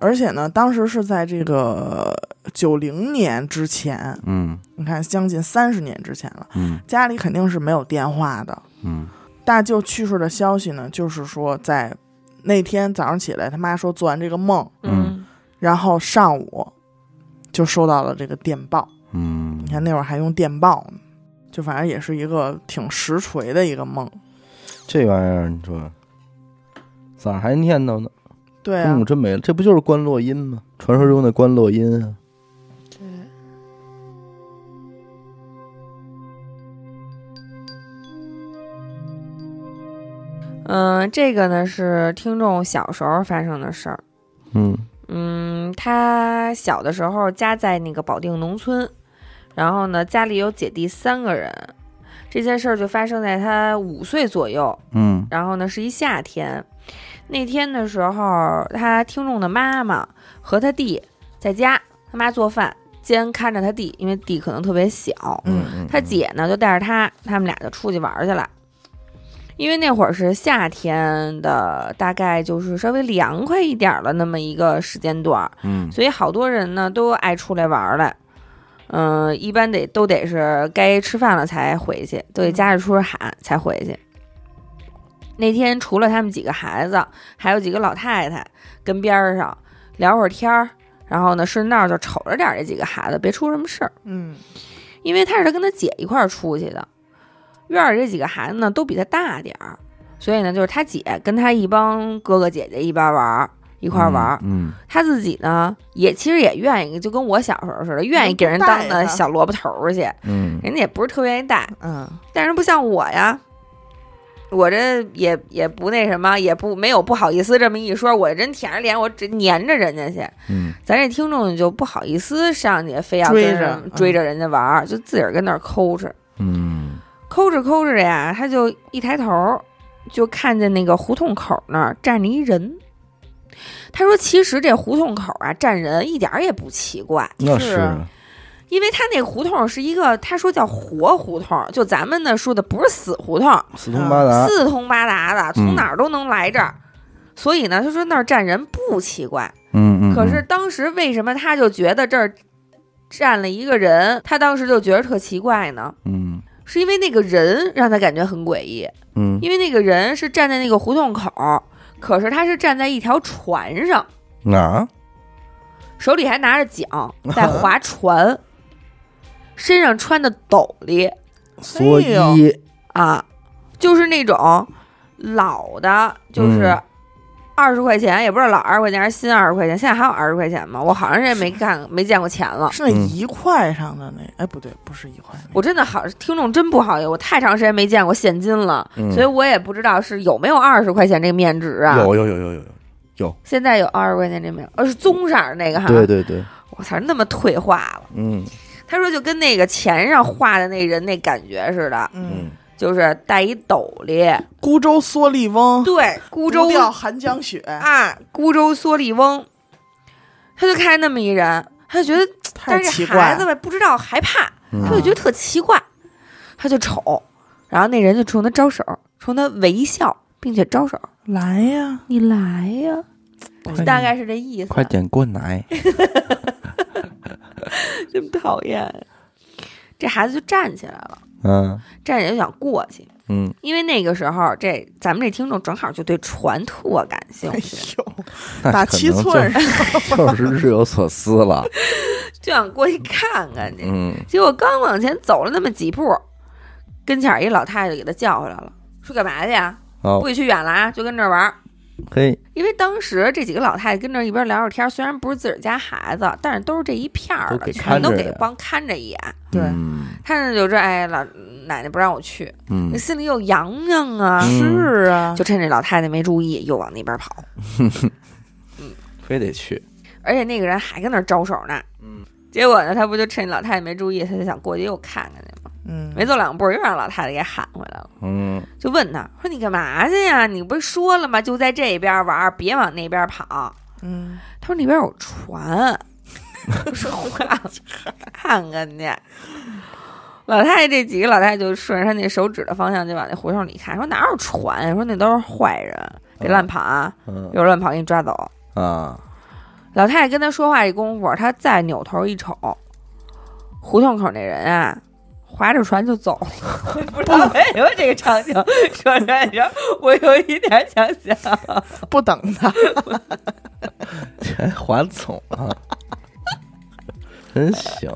B: 而且呢，当时是在这个九零年之前，
A: 嗯
B: 你看将近三十年之前了，
A: 嗯
B: 家里肯定是没有电话的。
A: 嗯
B: 大舅去世的消息呢，就是说在那天早上起来，他妈说做完这个梦，
A: 嗯
B: 然后上午就收到了这个电报。
A: 嗯，
B: 你看那会儿还用电报呢，就反正也是一个挺实锤的一个梦。
A: 这玩意儿，你说咋还念叨呢？
B: 对啊
A: 中午，真没了，这不就是关洛音吗？传说中的关洛音啊。
C: 对。嗯，这个呢是听众小时候发生的事儿。
A: 嗯
C: 嗯，他小的时候家在那个保定农村，然后呢家里有姐弟三个人。这件事儿就发生在他五岁左右，
A: 嗯
C: 然后呢是一夏天，那天的时候，他听众的妈妈和他弟在家，他妈做饭兼看着他弟，因为弟可能特别小，
A: 嗯，
C: 他姐呢就带着他，他们俩就出去玩儿去了。因为那会儿是夏天的，大概就是稍微凉快一点儿的那么一个时间段儿，
A: 嗯
C: 所以好多人呢都爱出来玩儿来。嗯、一般得都得是该吃饭了才回去，都得家里出去喊才回去。那天除了他们几个孩子，还有几个老太太跟边儿上聊会儿天儿，然后呢顺道就瞅着点儿这几个孩子，别出什么事儿。
B: 嗯
C: 因为他是他跟他姐一块儿出去的，院儿里这几个孩子呢都比他大点儿，所以呢就是他姐跟他一帮哥哥姐姐一边玩儿一
A: 一
C: 块儿玩儿，
A: 嗯
C: 他自己呢也其实也愿意，就跟我小时候似的，愿意给人当
B: 带
C: 的
B: 他
C: 小萝卜头儿去，
A: 嗯
C: 人家也不是特愿意带，
B: 嗯
C: 但是不像我呀。我这也也不那什么，也不没有不好意思这么一说，我真舔着脸，我只粘着人家去。
A: 嗯
C: 咱这听众就不好意思上去，非要
B: 追
C: 跟
B: 着
C: 人
B: 嗯
C: 追着人家玩儿，就自个儿跟那儿抠着。
A: 嗯
C: 抠着抠着呀，他就一抬头，就看见那个胡同口那儿站着一人。他说：“其实这胡同口啊，站人一点儿也不奇怪，
A: 嗯那
B: 是
A: 是啊
C: 啊因为他那胡同是一个，他说叫活胡同，就咱们那说的不是死胡同，
A: 四通八达，
C: 四通八达的，
A: 嗯
C: 从哪儿都能来这儿。所以呢，他说那儿站人不奇怪。
A: 嗯嗯，
C: 可是当时为什么他就觉得这儿站了一个人，他当时就觉得特奇怪呢？
A: 嗯
C: 是因为那个人让他感觉很诡异。”
A: 嗯
C: 因为那个人是站在那个胡同口儿，可是他是站在一条船上，
A: 哪
C: 手里还拿着 桨在划船，身上穿的斗笠
A: 所以
C: 啊，就是那种老的就是
A: 嗯
C: 二十块钱，也不知道老二十块钱还是新二十块钱，现在还有二十块钱吗？我好长时间没看没见过钱了。
B: 是那
A: 嗯
B: 一块上的那，哎，不对，不是一块，
C: 我真的好，听众真不好意思，我太长时间没见过现金了，
A: 嗯
C: 所以我也不知道是有没有二十块钱这面值啊。
A: 有有有有有有，
C: 现在有二十块钱这没有，呃、是棕色儿那个哈。
A: 对对对，
C: 我操，那么退化了。
A: 嗯
C: 他说就跟那个钱上画的那人那感觉似的，
B: 嗯，
A: 嗯，
C: 就是戴一斗笠，
B: 孤舟蓑笠翁，
C: 对，孤舟
B: 独钓寒江雪，
C: 啊，孤舟蓑笠翁。他就看见那么一人，他就觉得，
B: 太
C: 但
B: 奇
C: 是这
B: 怪
C: 孩子
B: 了。
C: 吧不知道害怕，
A: 嗯
C: 他就觉得特奇怪，他就瞅，然后那人就冲他招手，冲他微笑，并且招手，
B: 来呀，
C: 你来呀，
A: 点
C: 大概是这意思。
A: 快点过来，
C: 真讨厌。这孩子就站起来了，
A: 嗯
C: 站起来就想过去，
A: 嗯
C: 因为那个时候这咱们这听众正好就对船特感兴
B: 哎
C: 趣，
B: 呦，
A: 那
B: 打
A: 可
B: 七
A: 能
B: 寸
A: 就是 就是日有所思 了，
C: 就想过去看看去。
A: 嗯
C: 结果刚往前走了那么几步，跟前儿一老太太给他叫回来了，说干嘛去啊？
A: 好
C: 不许去远了啊，就跟这儿玩儿。
A: 嘿，
C: 因为当时这几个老太太跟这儿一边聊着天儿，虽然不是自个儿家孩子，但是都是这一片儿
A: 都
C: 的，
A: 给
C: 全
A: 看着
C: 都给
A: 呀
C: 帮看着一眼。
B: 对
A: 嗯
C: 看着就说：“哎，老奶奶不让我去，
A: 嗯
C: 那心里又痒痒啊。
A: 嗯
B: 是啊，
C: 就趁这老太太没注意，又往那边跑。
A: 非得去，
C: 而且那个人还跟那儿招手呢。结果呢，他不就趁老太太没注意，他就想过去又看看去嘛。
B: 嗯，
C: 没走两步，又让老太太给喊回来了，
A: 嗯
C: 就问他说：“你干嘛去呀？你不是说了吗？就在这边玩，别往那边跑。
B: 嗯，”
C: 他说：“那边有船， 说话看看去。”老太太这几个老太太就顺着他那手指的方向就往那胡同里看，说哪有船呀？说那都是坏人，别乱跑啊！
A: 嗯
C: 有乱跑给你抓走。
A: 啊，
C: 老太太跟他说话这功夫，他再扭头一瞅，胡同口那人啊，划着船就走了。 我不知道为什么这个场景，说着说， 我有一点想笑。
B: 不等他，
A: 全还总啊，真行，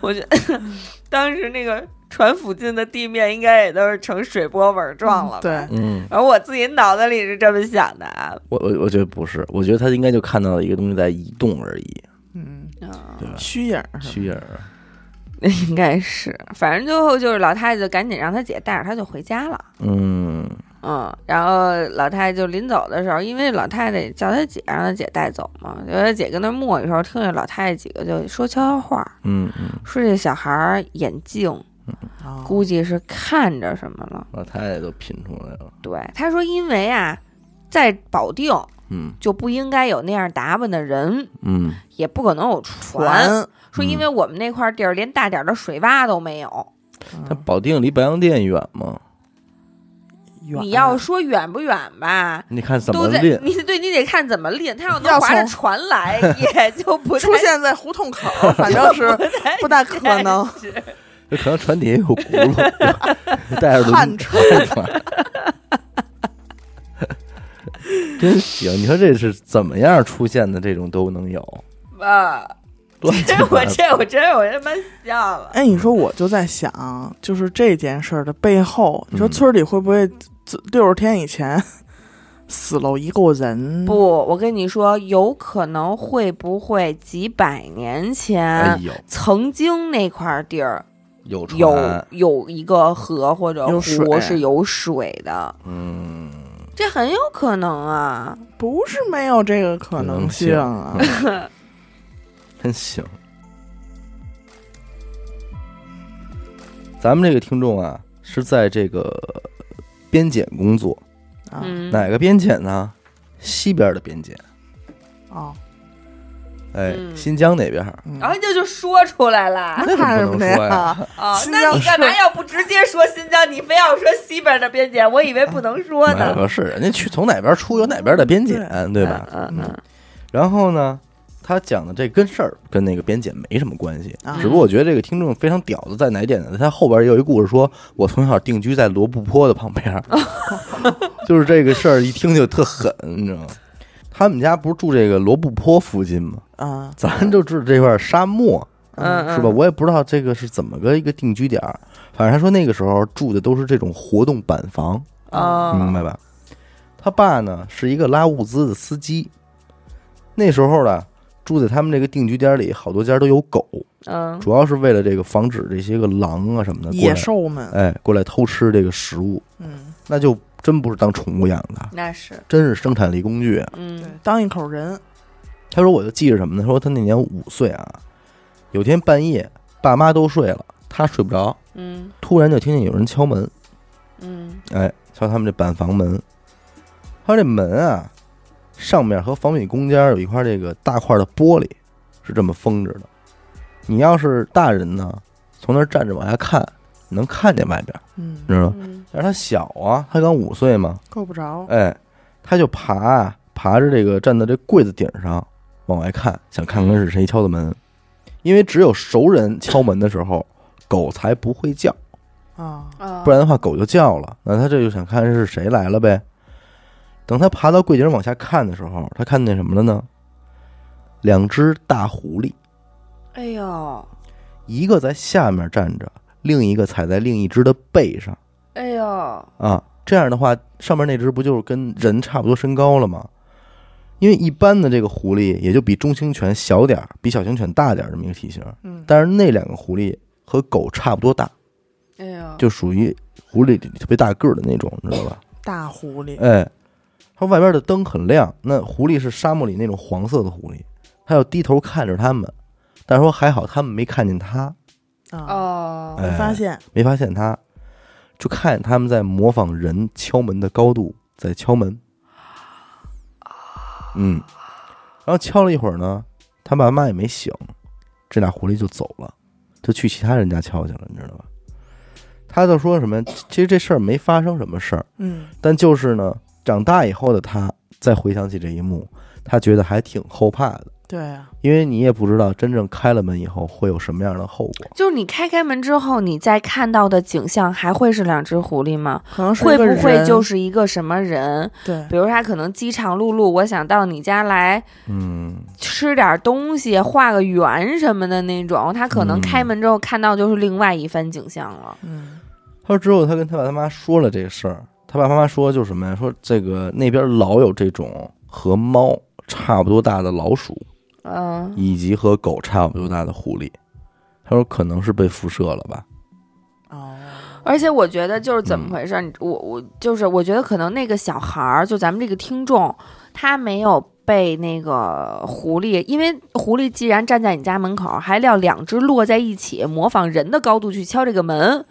C: 我觉得 当时那个船附近的地面应该也都是呈水波纹状了。。
B: 对，
A: 嗯。
C: 而我自己脑子里是这么想的啊，
A: 我我我觉得不是，我觉得他应该就看到一个东西在移动而已，
B: 嗯，
A: 对吧？
B: 虚影儿是吧
A: 虚影儿，
C: 应该是，反正最后就是老太太就赶紧让她姐带着她就回家了。
A: 嗯
C: 嗯，然后老太太就临走的时候，因为老太太叫她姐让她姐带走嘛，然后她姐跟那儿磨的时候，听见老太太几个就说悄悄话，
A: 嗯嗯，
C: 说这小孩儿眼镜
B: 哦
C: 估计是看着什么了。
A: 老太太都拼出来了，
C: 对，她说因为啊，在保定
A: 嗯
C: 就不应该有那样打扮的人，
A: 嗯
C: 也不可能有船。
B: 船，嗯
C: 说因为我们那块地儿连大点儿的水洼都没有。
A: 他保定离白洋淀远吗？
B: 远啊
C: 你要说远不远吧，
A: 你看怎么
C: 都在
A: 练？
C: 你对你得看怎么练，他要能
B: 要
C: 划着
B: 从
C: 船 来，也就不太
B: 出现在胡同口儿，反 正是不大可
C: 哎
B: 能。
A: 就可能船底下有轱辘， 带着轮
B: 旱
A: 船， 真行！你说这是怎么样出现的？这种都能有，
C: 啊！
A: 乱七
C: 这
A: 八
C: 我
A: 糟。
C: 这我真我他妈笑了。
B: 哎，你说我就在想，就是这件事儿的背后，你说
A: 嗯
B: 村儿里会不会六十天以前死喽一个人？
C: 不，，我跟你说，有可能会不会几百年前、
A: 哎呦，
C: 曾经那块地儿
A: 有船，
C: 有有一个河或者
B: 有
C: 湖
B: 水
C: 是有水的，
A: 嗯，
C: 这很有可能啊。
B: 不是没有这个可能性啊。
A: 真行。咱们这个听众啊，是在这个边检工作，
B: 啊，
C: 嗯，
A: 哪个边检呢？西边的边检，
B: 哦，
A: 哎，
C: 嗯
A: 新疆那边儿。
B: 嗯
C: 然后这就说出来了
A: 那
B: 怕
A: 怎
B: 什
A: 么
B: 么
A: 不能
B: 呀
A: 说呀？
C: 啊！
B: 新
C: 那
B: 疆
C: 你干嘛
B: 是
C: 要不直接说新疆，你非要说西边的边界？我以为不能说
A: 哪
C: 呢。
A: 个是人家去从哪边出有哪边的边检，对吧？
C: 嗯嗯嗯，
A: 然后呢，他讲的这跟事儿跟那个边检没什么关系，
B: 啊
A: 只不过我觉得这个听众非常屌的在哪一点呢？他后边也有一故事说，我从小定居在罗布泊的旁边儿，就是这个事儿一听就特狠，你知道吗？他们家不是住这个罗布泊附近吗？
B: 啊，
A: 咱就住这块儿沙漠，
C: 嗯
A: 是吧？我也不知道这个是怎么个一个定居点儿，反正他说那个时候住的都是这种活动板房，
C: 哦，
A: 明白吧？他爸呢是一个拉物资的司机，那时候呢住在他们这个定居点里，好多家都有狗，
C: 嗯
A: 主要是为了这个防止这些个狼啊什么的过
B: 野
A: 来，
B: 兽们，
A: 哎，过来偷吃这个食物，
B: 嗯，
A: 那就真不是当宠物养的，
C: 那是，
A: 真是生产力工具。
B: 对
C: 嗯，
B: 当一口人，
A: 他说我就记着什么呢？他说他那年五岁啊，有天半夜爸妈都睡了，他睡不着，
C: 嗯
A: 突然就听见有人敲门，
C: 嗯
A: 哎，敲他们这板房门。他说这门啊，上面和房顶中间有一块这个大块的玻璃，是这么封着的。你要是大人呢，从那儿站着往下看，你能看见外边，
B: 嗯
A: 你，知道吗？
C: 嗯
A: 但是他小啊，他刚五岁嘛，
B: 够不着，
A: 哎，他就爬啊，爬着这个站在这柜子顶上往外看，想看看是谁敲的门，因为只有熟人敲门的时候，狗才不会叫。
B: 啊，
C: 啊，
A: 不然的话狗就叫了。那他这就想看是谁来了呗。等他爬到柜顶往下看的时候，他看见什么了呢？两只大狐狸，
C: 哎呦
A: 一个在下面站着，另一个踩在另一只的背上
C: 哎呦，
A: 啊。这样的话，上面那只不就是跟人差不多身高了吗？因为一般的这个狐狸也就比中型犬小点儿，比小型犬大点儿这么一个体型，
B: 嗯，
A: 但是那两个狐狸和狗差不多大，
C: 哎呦，
A: 就属于狐狸里特别大个儿的那种，你知道吧？
B: 大狐狸，
A: 哎，他说外边的灯很亮，那狐狸是沙漠里那种黄色的狐狸，他要低头看着他们，但是说还好他们没看见他，
B: 啊，
C: 哦，
B: 没发现，
A: 没发现他，就看见他们在模仿人敲门的高度在敲门，嗯，然后敲了一会儿呢，他爸妈也没醒，这俩狐狸就走了，就去其他人家敲去了，你知道吧？他就说什么，其实这事儿没发生什么事儿，
B: 嗯，
A: 但就是呢，长大以后的他再回想起这一幕，他觉得还挺后怕的，
B: 对啊，
A: 因为你也不知道真正开了门以后会有什么样的后果。
C: 就是你开开门之后，你再看到的景象还会是两只狐狸吗？
B: 可能是
C: 会
B: 一个
C: 不会
B: 人
C: 就是一个什么人？
B: 对，
C: 比如他可能饥肠辘辘，我想到你家来
A: 嗯，
C: 吃点东西，画个圆什么的那种。他可能
A: 嗯
C: 开门之后看到就是另外一番景象了。
B: 嗯，
A: 他说之后他跟他爸他妈说了这个事儿，他爸他妈说就是什么呀？说这个那边老有这种和猫差不多大的老鼠，
C: 嗯，
A: 以及和狗差不多大的狐狸。他说可能是被辐射了吧？
B: 哦，
C: 而且我觉得就是怎么回事？你我我就是我觉得可能那个小孩儿，就咱们这个听众，他没有被那个狐狸，因为狐狸既然站在你家门口，还撂两只摞在一起，模仿人的高度去敲这个门，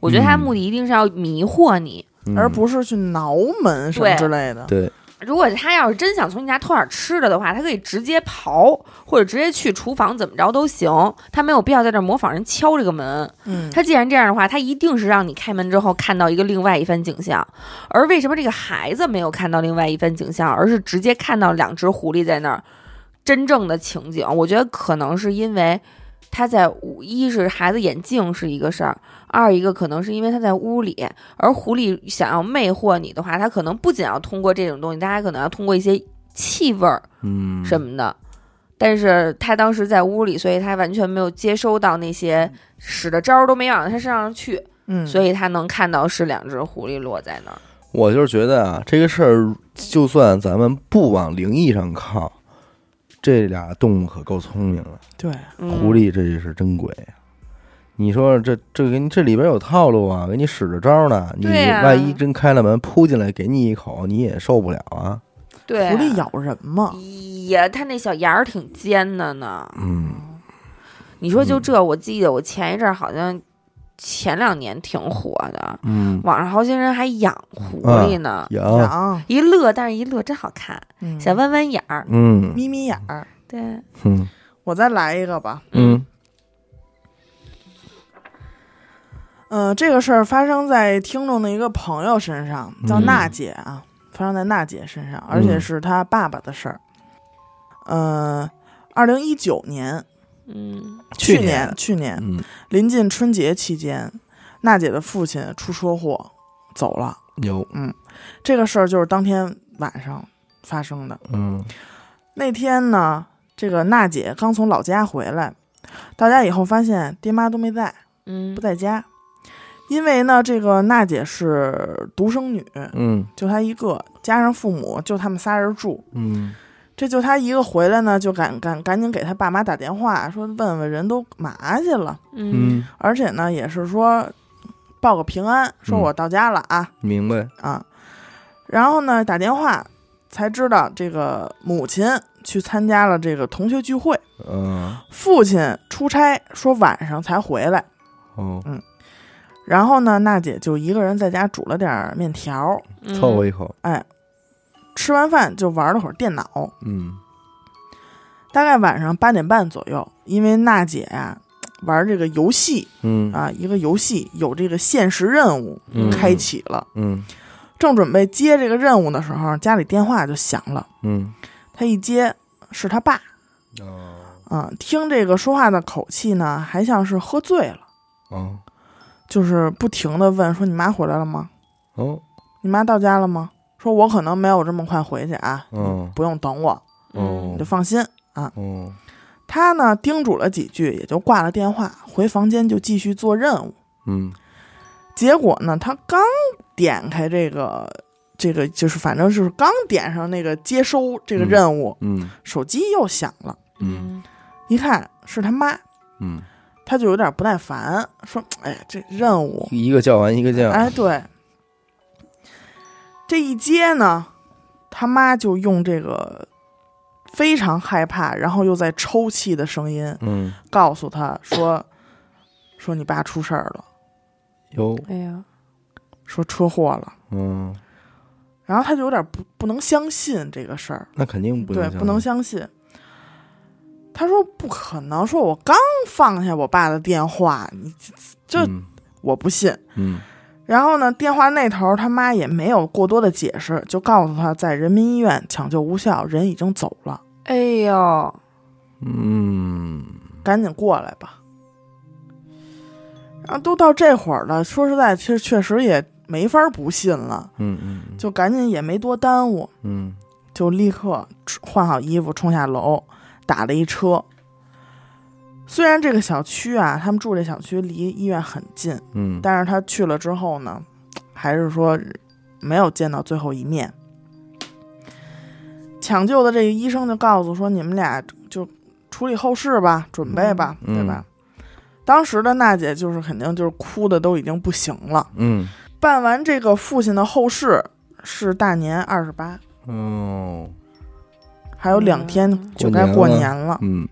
C: 我觉得他
A: 嗯
C: 目的一定是要迷惑你。
A: 嗯
B: 而不是去挠门什么
C: 对
B: 之类的，
A: 对，
C: 如果他要是真想从你家偷点吃的的话，他可以直接刨，或者直接去厨房，怎么着都行。他没有必要在这儿模仿人敲这个门。
B: 嗯，
C: 他既然这样的话，他一定是让你开门之后看到一个另外一番景象。而为什么这个孩子没有看到另外一番景象，而是直接看到两只狐狸在那儿真正的情景？我觉得可能是因为他在屋，一是孩子眼镜是一个事儿，二一个可能是因为他在屋里，而狐狸想要魅惑你的话，它可能不仅要通过这种东西，大家可能要通过一些气味儿
A: 嗯，
C: 什么的。但是他当时在屋里，所以他完全没有接收到那些使的招儿都没往他身上去。
B: 嗯，
C: 所
B: 以
C: 以他能看到是两只狐狸落在那儿。
A: 我就是觉得啊，这个事儿就算咱们不往灵异上靠，这俩动物可够聪明了。
B: 对，
C: 嗯
A: 狐，狸这是真鬼呀、你说这这给你这里边有套路啊，给你使着招呢。你
C: 对呀
A: 万一真开了门扑进来给你一口，你也受不了啊。
C: 对，
B: 狐狸咬人嘛，
C: 也，它那小牙儿挺尖的呢。
A: 嗯，
C: 你说就这，我记得我前一阵儿好像前两年挺火的，
A: 嗯，
C: 网上好些人还养狐狸呢，
A: 有，
B: 痒，
C: 一乐，但是一乐真好看，
B: 嗯
C: 小弯弯眼儿。
A: 嗯
B: 眯眯眼儿，
C: 对，
A: 嗯
B: 我再来一个吧，
A: 嗯
B: 嗯、这个事儿发生在听众的一个朋友身上，叫
A: 嗯
B: 娜姐啊，发生在娜姐身上，而且是她爸爸的事儿。嗯，二零一九年，
C: 嗯，
A: 去
B: 年
A: 年
B: 去年
A: 嗯，
B: 临近春节期间，娜姐的父亲出车祸走了。
A: 有，
B: 这个事儿就是当天晚上发生的。
A: 嗯
B: 那天呢，这个娜姐刚从老家回来，到家以后发现爹妈都没在，
C: 嗯
B: 不在家。因为呢，这个娜姐是独生女，
A: 嗯
B: 就她一个，加上父母就他们仨人住，
A: 嗯
B: 这就她一个回来呢，就赶赶赶紧给她爸妈打电话，说问问人都嘛去了，
C: 嗯
A: 嗯，
B: 而且呢，也是说报个平安，说我到家了啊、
A: 明白。
B: 啊，然后呢打电话才知道这个母亲去参加了这个同学聚会，
A: 嗯
B: 父亲出差说晚上才回来，
A: 哦，
B: 然后呢，娜姐就一个人在家煮了点儿面条，
C: 嗯，
A: 凑合一口。
B: 吃完饭就玩了会儿电脑，
A: 嗯
B: 大概晚上八点半左右，因为娜姐呀、玩这个游戏
A: 嗯
B: 啊，一个游戏有这个限时任务
A: 嗯
B: 开启了，
A: 嗯
B: 正准备接这个任务的时候，家里电话就响了，
A: 嗯
B: 她一接是她爸
A: 哦
B: 啊，听这个说话的口气呢，还像是喝醉了，
A: 哦
B: 就是不停的问说你妈回来了吗？
A: 哦
B: 你妈到家了吗？说我可能没有这么快回去啊，
A: 哦
B: 不用等我，
C: 嗯
A: 哦
B: 你就放心。
A: 哦
B: 他呢叮嘱了几句，也就挂了电话，回房间就继续做任务。
A: 嗯
B: 结果呢，他刚点开这个，这个就是反正就是刚点上那个接收这个
A: 嗯
B: 任务，
A: 嗯
B: 手机又响了，
C: 嗯
B: 一看是他妈，
A: 嗯，
B: 他就有点不耐烦，说：“哎，这任务，
A: 一个叫完一个叫。
B: 哎，对，这一接呢，他妈就用这个非常害怕，然后又在抽泣的声音
A: 嗯
B: 告诉他说：‘ 说你爸出事儿了，
A: 有
C: 哎呀，
B: 说车祸了。’
A: 嗯，
B: 然后他就有点不不能相信这个事儿，
A: 那肯定不
B: 对，
A: 想
B: 不能相信。他说不可能，说我刚放下我爸的电话，你这
A: 嗯
B: 我不信。
A: 嗯
B: 然后呢，电话那头他妈也没有过多的解释，就告诉他在人民医院抢救无效，人已经走了，
C: 哎呦，
A: 嗯
B: 赶紧过来吧。然后都到这会儿了，说实在，其实确实也没法不信了，
A: 嗯嗯
B: 就赶紧也没多耽误，
A: 嗯
B: 就立刻换好衣服冲下楼，打了一车。虽然这个小区啊，他们住这小区离医院很近，
A: 嗯，
B: 但是他去了之后呢，还是说没有见到最后一面。抢救的这个医生就告诉说，你们俩就处理后事吧，准备吧，
A: 嗯
B: 对吧？当时的娜姐就是肯定就是哭的都已经不行了。
A: 嗯
B: 办完这个父亲的后事是大年二十八，
A: 哦
B: 还有两天
C: 嗯
B: 就该过
A: 过
B: 年
A: 年
B: 了。
A: 嗯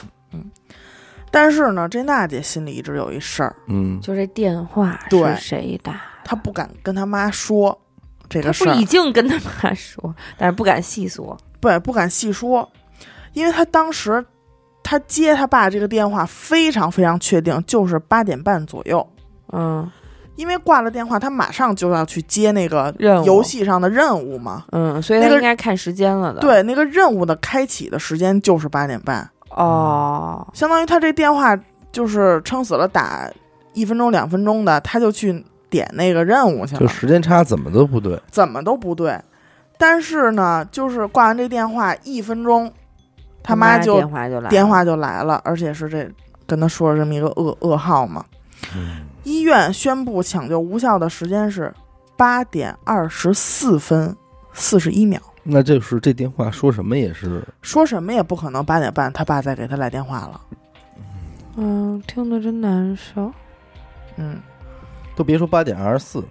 B: 但是呢，这娜姐心里一直有一事儿，
A: 嗯
C: 就这电话
B: 对
C: 是谁打？
B: 她不敢跟她妈说这
C: 他
B: 个
C: 不
B: 事
C: 是
B: 儿
C: 已，经跟他妈说，但是不敢细说。
B: 对，不敢细说，因为她当时她接她爸这个电话非常非常确定，就是八点半左右，
C: 嗯
B: 因为挂了电话，她马上就要去接那个
C: 任务
B: 游戏上的任务嘛。
C: 嗯，所以
B: 那
C: 他
B: 个
C: 应该看时间了的。，
B: 对，那个任务的开启的时间就是八点半，
C: 哦，
B: 相当于她这电话就是撑死了打一分钟两分钟的，她就去点那个任务去了。
A: 就时间差怎么都不对，
B: 怎么都不对。但是呢，就是挂完这电话一分钟，他妈就
C: 电话就来了
B: 电话就来了，而且是这跟他说了这么一个噩噩耗嘛。
A: 嗯
B: 医院宣布抢救无效的时间是八点二十四分四十一秒，
A: 那就是这电话说什么也是，
B: 说什么也不可能八点半他爸再给他来电话了。
C: 嗯，听得真难受。
B: 嗯，
A: 都别说八点二十四，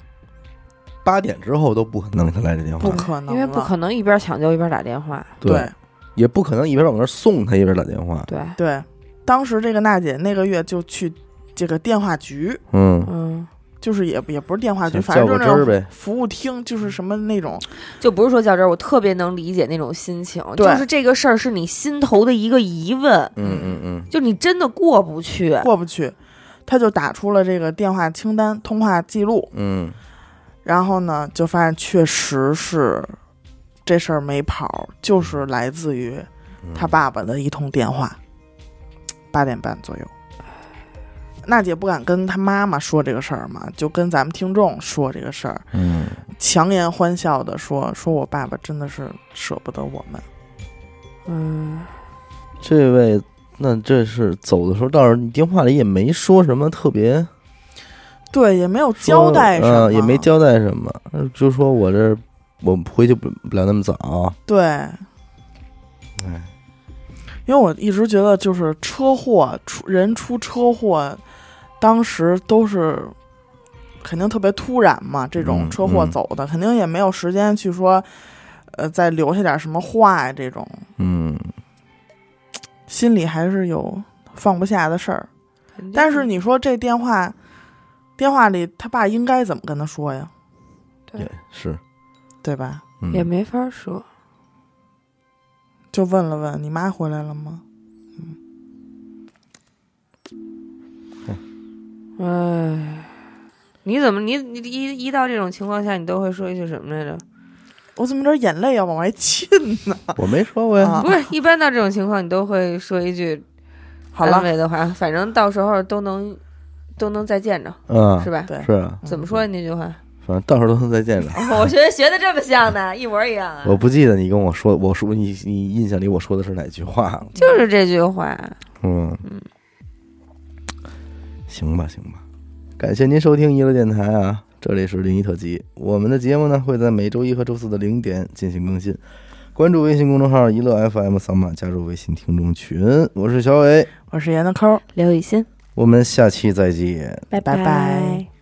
A: 八点之后都不可能啊给他来这电
B: 不
A: 话，
B: 可能了，
C: 因为不可能一边抢救一边打电话。
B: 对
A: 也不可能一边往那儿送他一边打电话，
C: 对，
B: 对。当时这个娜姐那个月就去这个电话局，
A: 嗯，
C: 嗯，
B: 就是也也不是电话局，
A: 想
B: 反正啊就是
A: 较
B: 那
A: 个真儿呗
B: 种服务厅，就是什么那种
C: 就不是说较真儿，我特别能理解那种心情，
B: 对
C: 就是这个事儿是你心头的一个疑问，
A: 嗯嗯嗯，
C: 就你真的过不去。
B: 过不去，他就打出了这个电话清单、通话记录，
A: 嗯
B: 然后呢，就发现确实是这事儿没跑，就是来自于
A: 嗯
B: 他爸爸的一通电话，八点半左右。娜姐不敢跟她妈妈说这个事儿嘛，就跟咱们听众说这个事儿，
A: 嗯，
B: 强颜欢笑的说：“说我爸爸真的是舍不得我们。
C: 嗯，
A: 这位。那这是走的时候，倒是你电话里也没说什么特别，
B: 对，也没有交代什
A: 嗯、
B: 么，
A: 也没。交代什么，就说我这我回去不不了那么早，
B: 对，
A: 嗯
B: 因为我一直觉得，就是车祸出人出车祸，当时都是肯定特别突然嘛，这种
A: 嗯
B: 车祸
A: 嗯
B: 走的、肯定也没有时间去说，呃，再留下点什么话呀，这种
A: 嗯，
B: 心里还是有放不下的事儿。
C: 嗯
B: 但是你说这电话，电话里他爸应该怎么跟他说呀？
C: 对
A: 也是，
B: 对吧？
A: 嗯、
C: 也没法说，
B: 就问了问你妈回来了吗？
C: 哎，你怎么你你一一到这种情况下，你都会说一句什么来着？
B: 我怎么有点眼泪要往外 沁呢？
A: 我没说过呀，
B: 啊
C: 不是，一般到这种情况，你都会说一句
B: 好
C: 安
B: 了，
C: 慰的话，反正到时候都能都能再见着，
A: 嗯，
C: 是吧？
B: 对，
A: 是啊，
C: 怎么说那句话？
A: 反正到时候都能再见着。
C: 我觉得学的这么像呢，一模一样啊
B: 嗯
A: 我不记得你跟我说，我说你你印象里我说的是哪句话了？
C: 就是这句话。
A: 嗯，行吧，行吧。感谢您收听娱乐电台啊，这里是灵异特辑。我们的节目呢会在每周一和周四的零点进行更新。关注微信公众号“娱乐 FM”，扫码加入微信听众群。我是小伟，
B: 我是严的抠儿，
C: 刘雨欣，
A: 我们下期再见。
C: 拜
B: 拜拜
C: 拜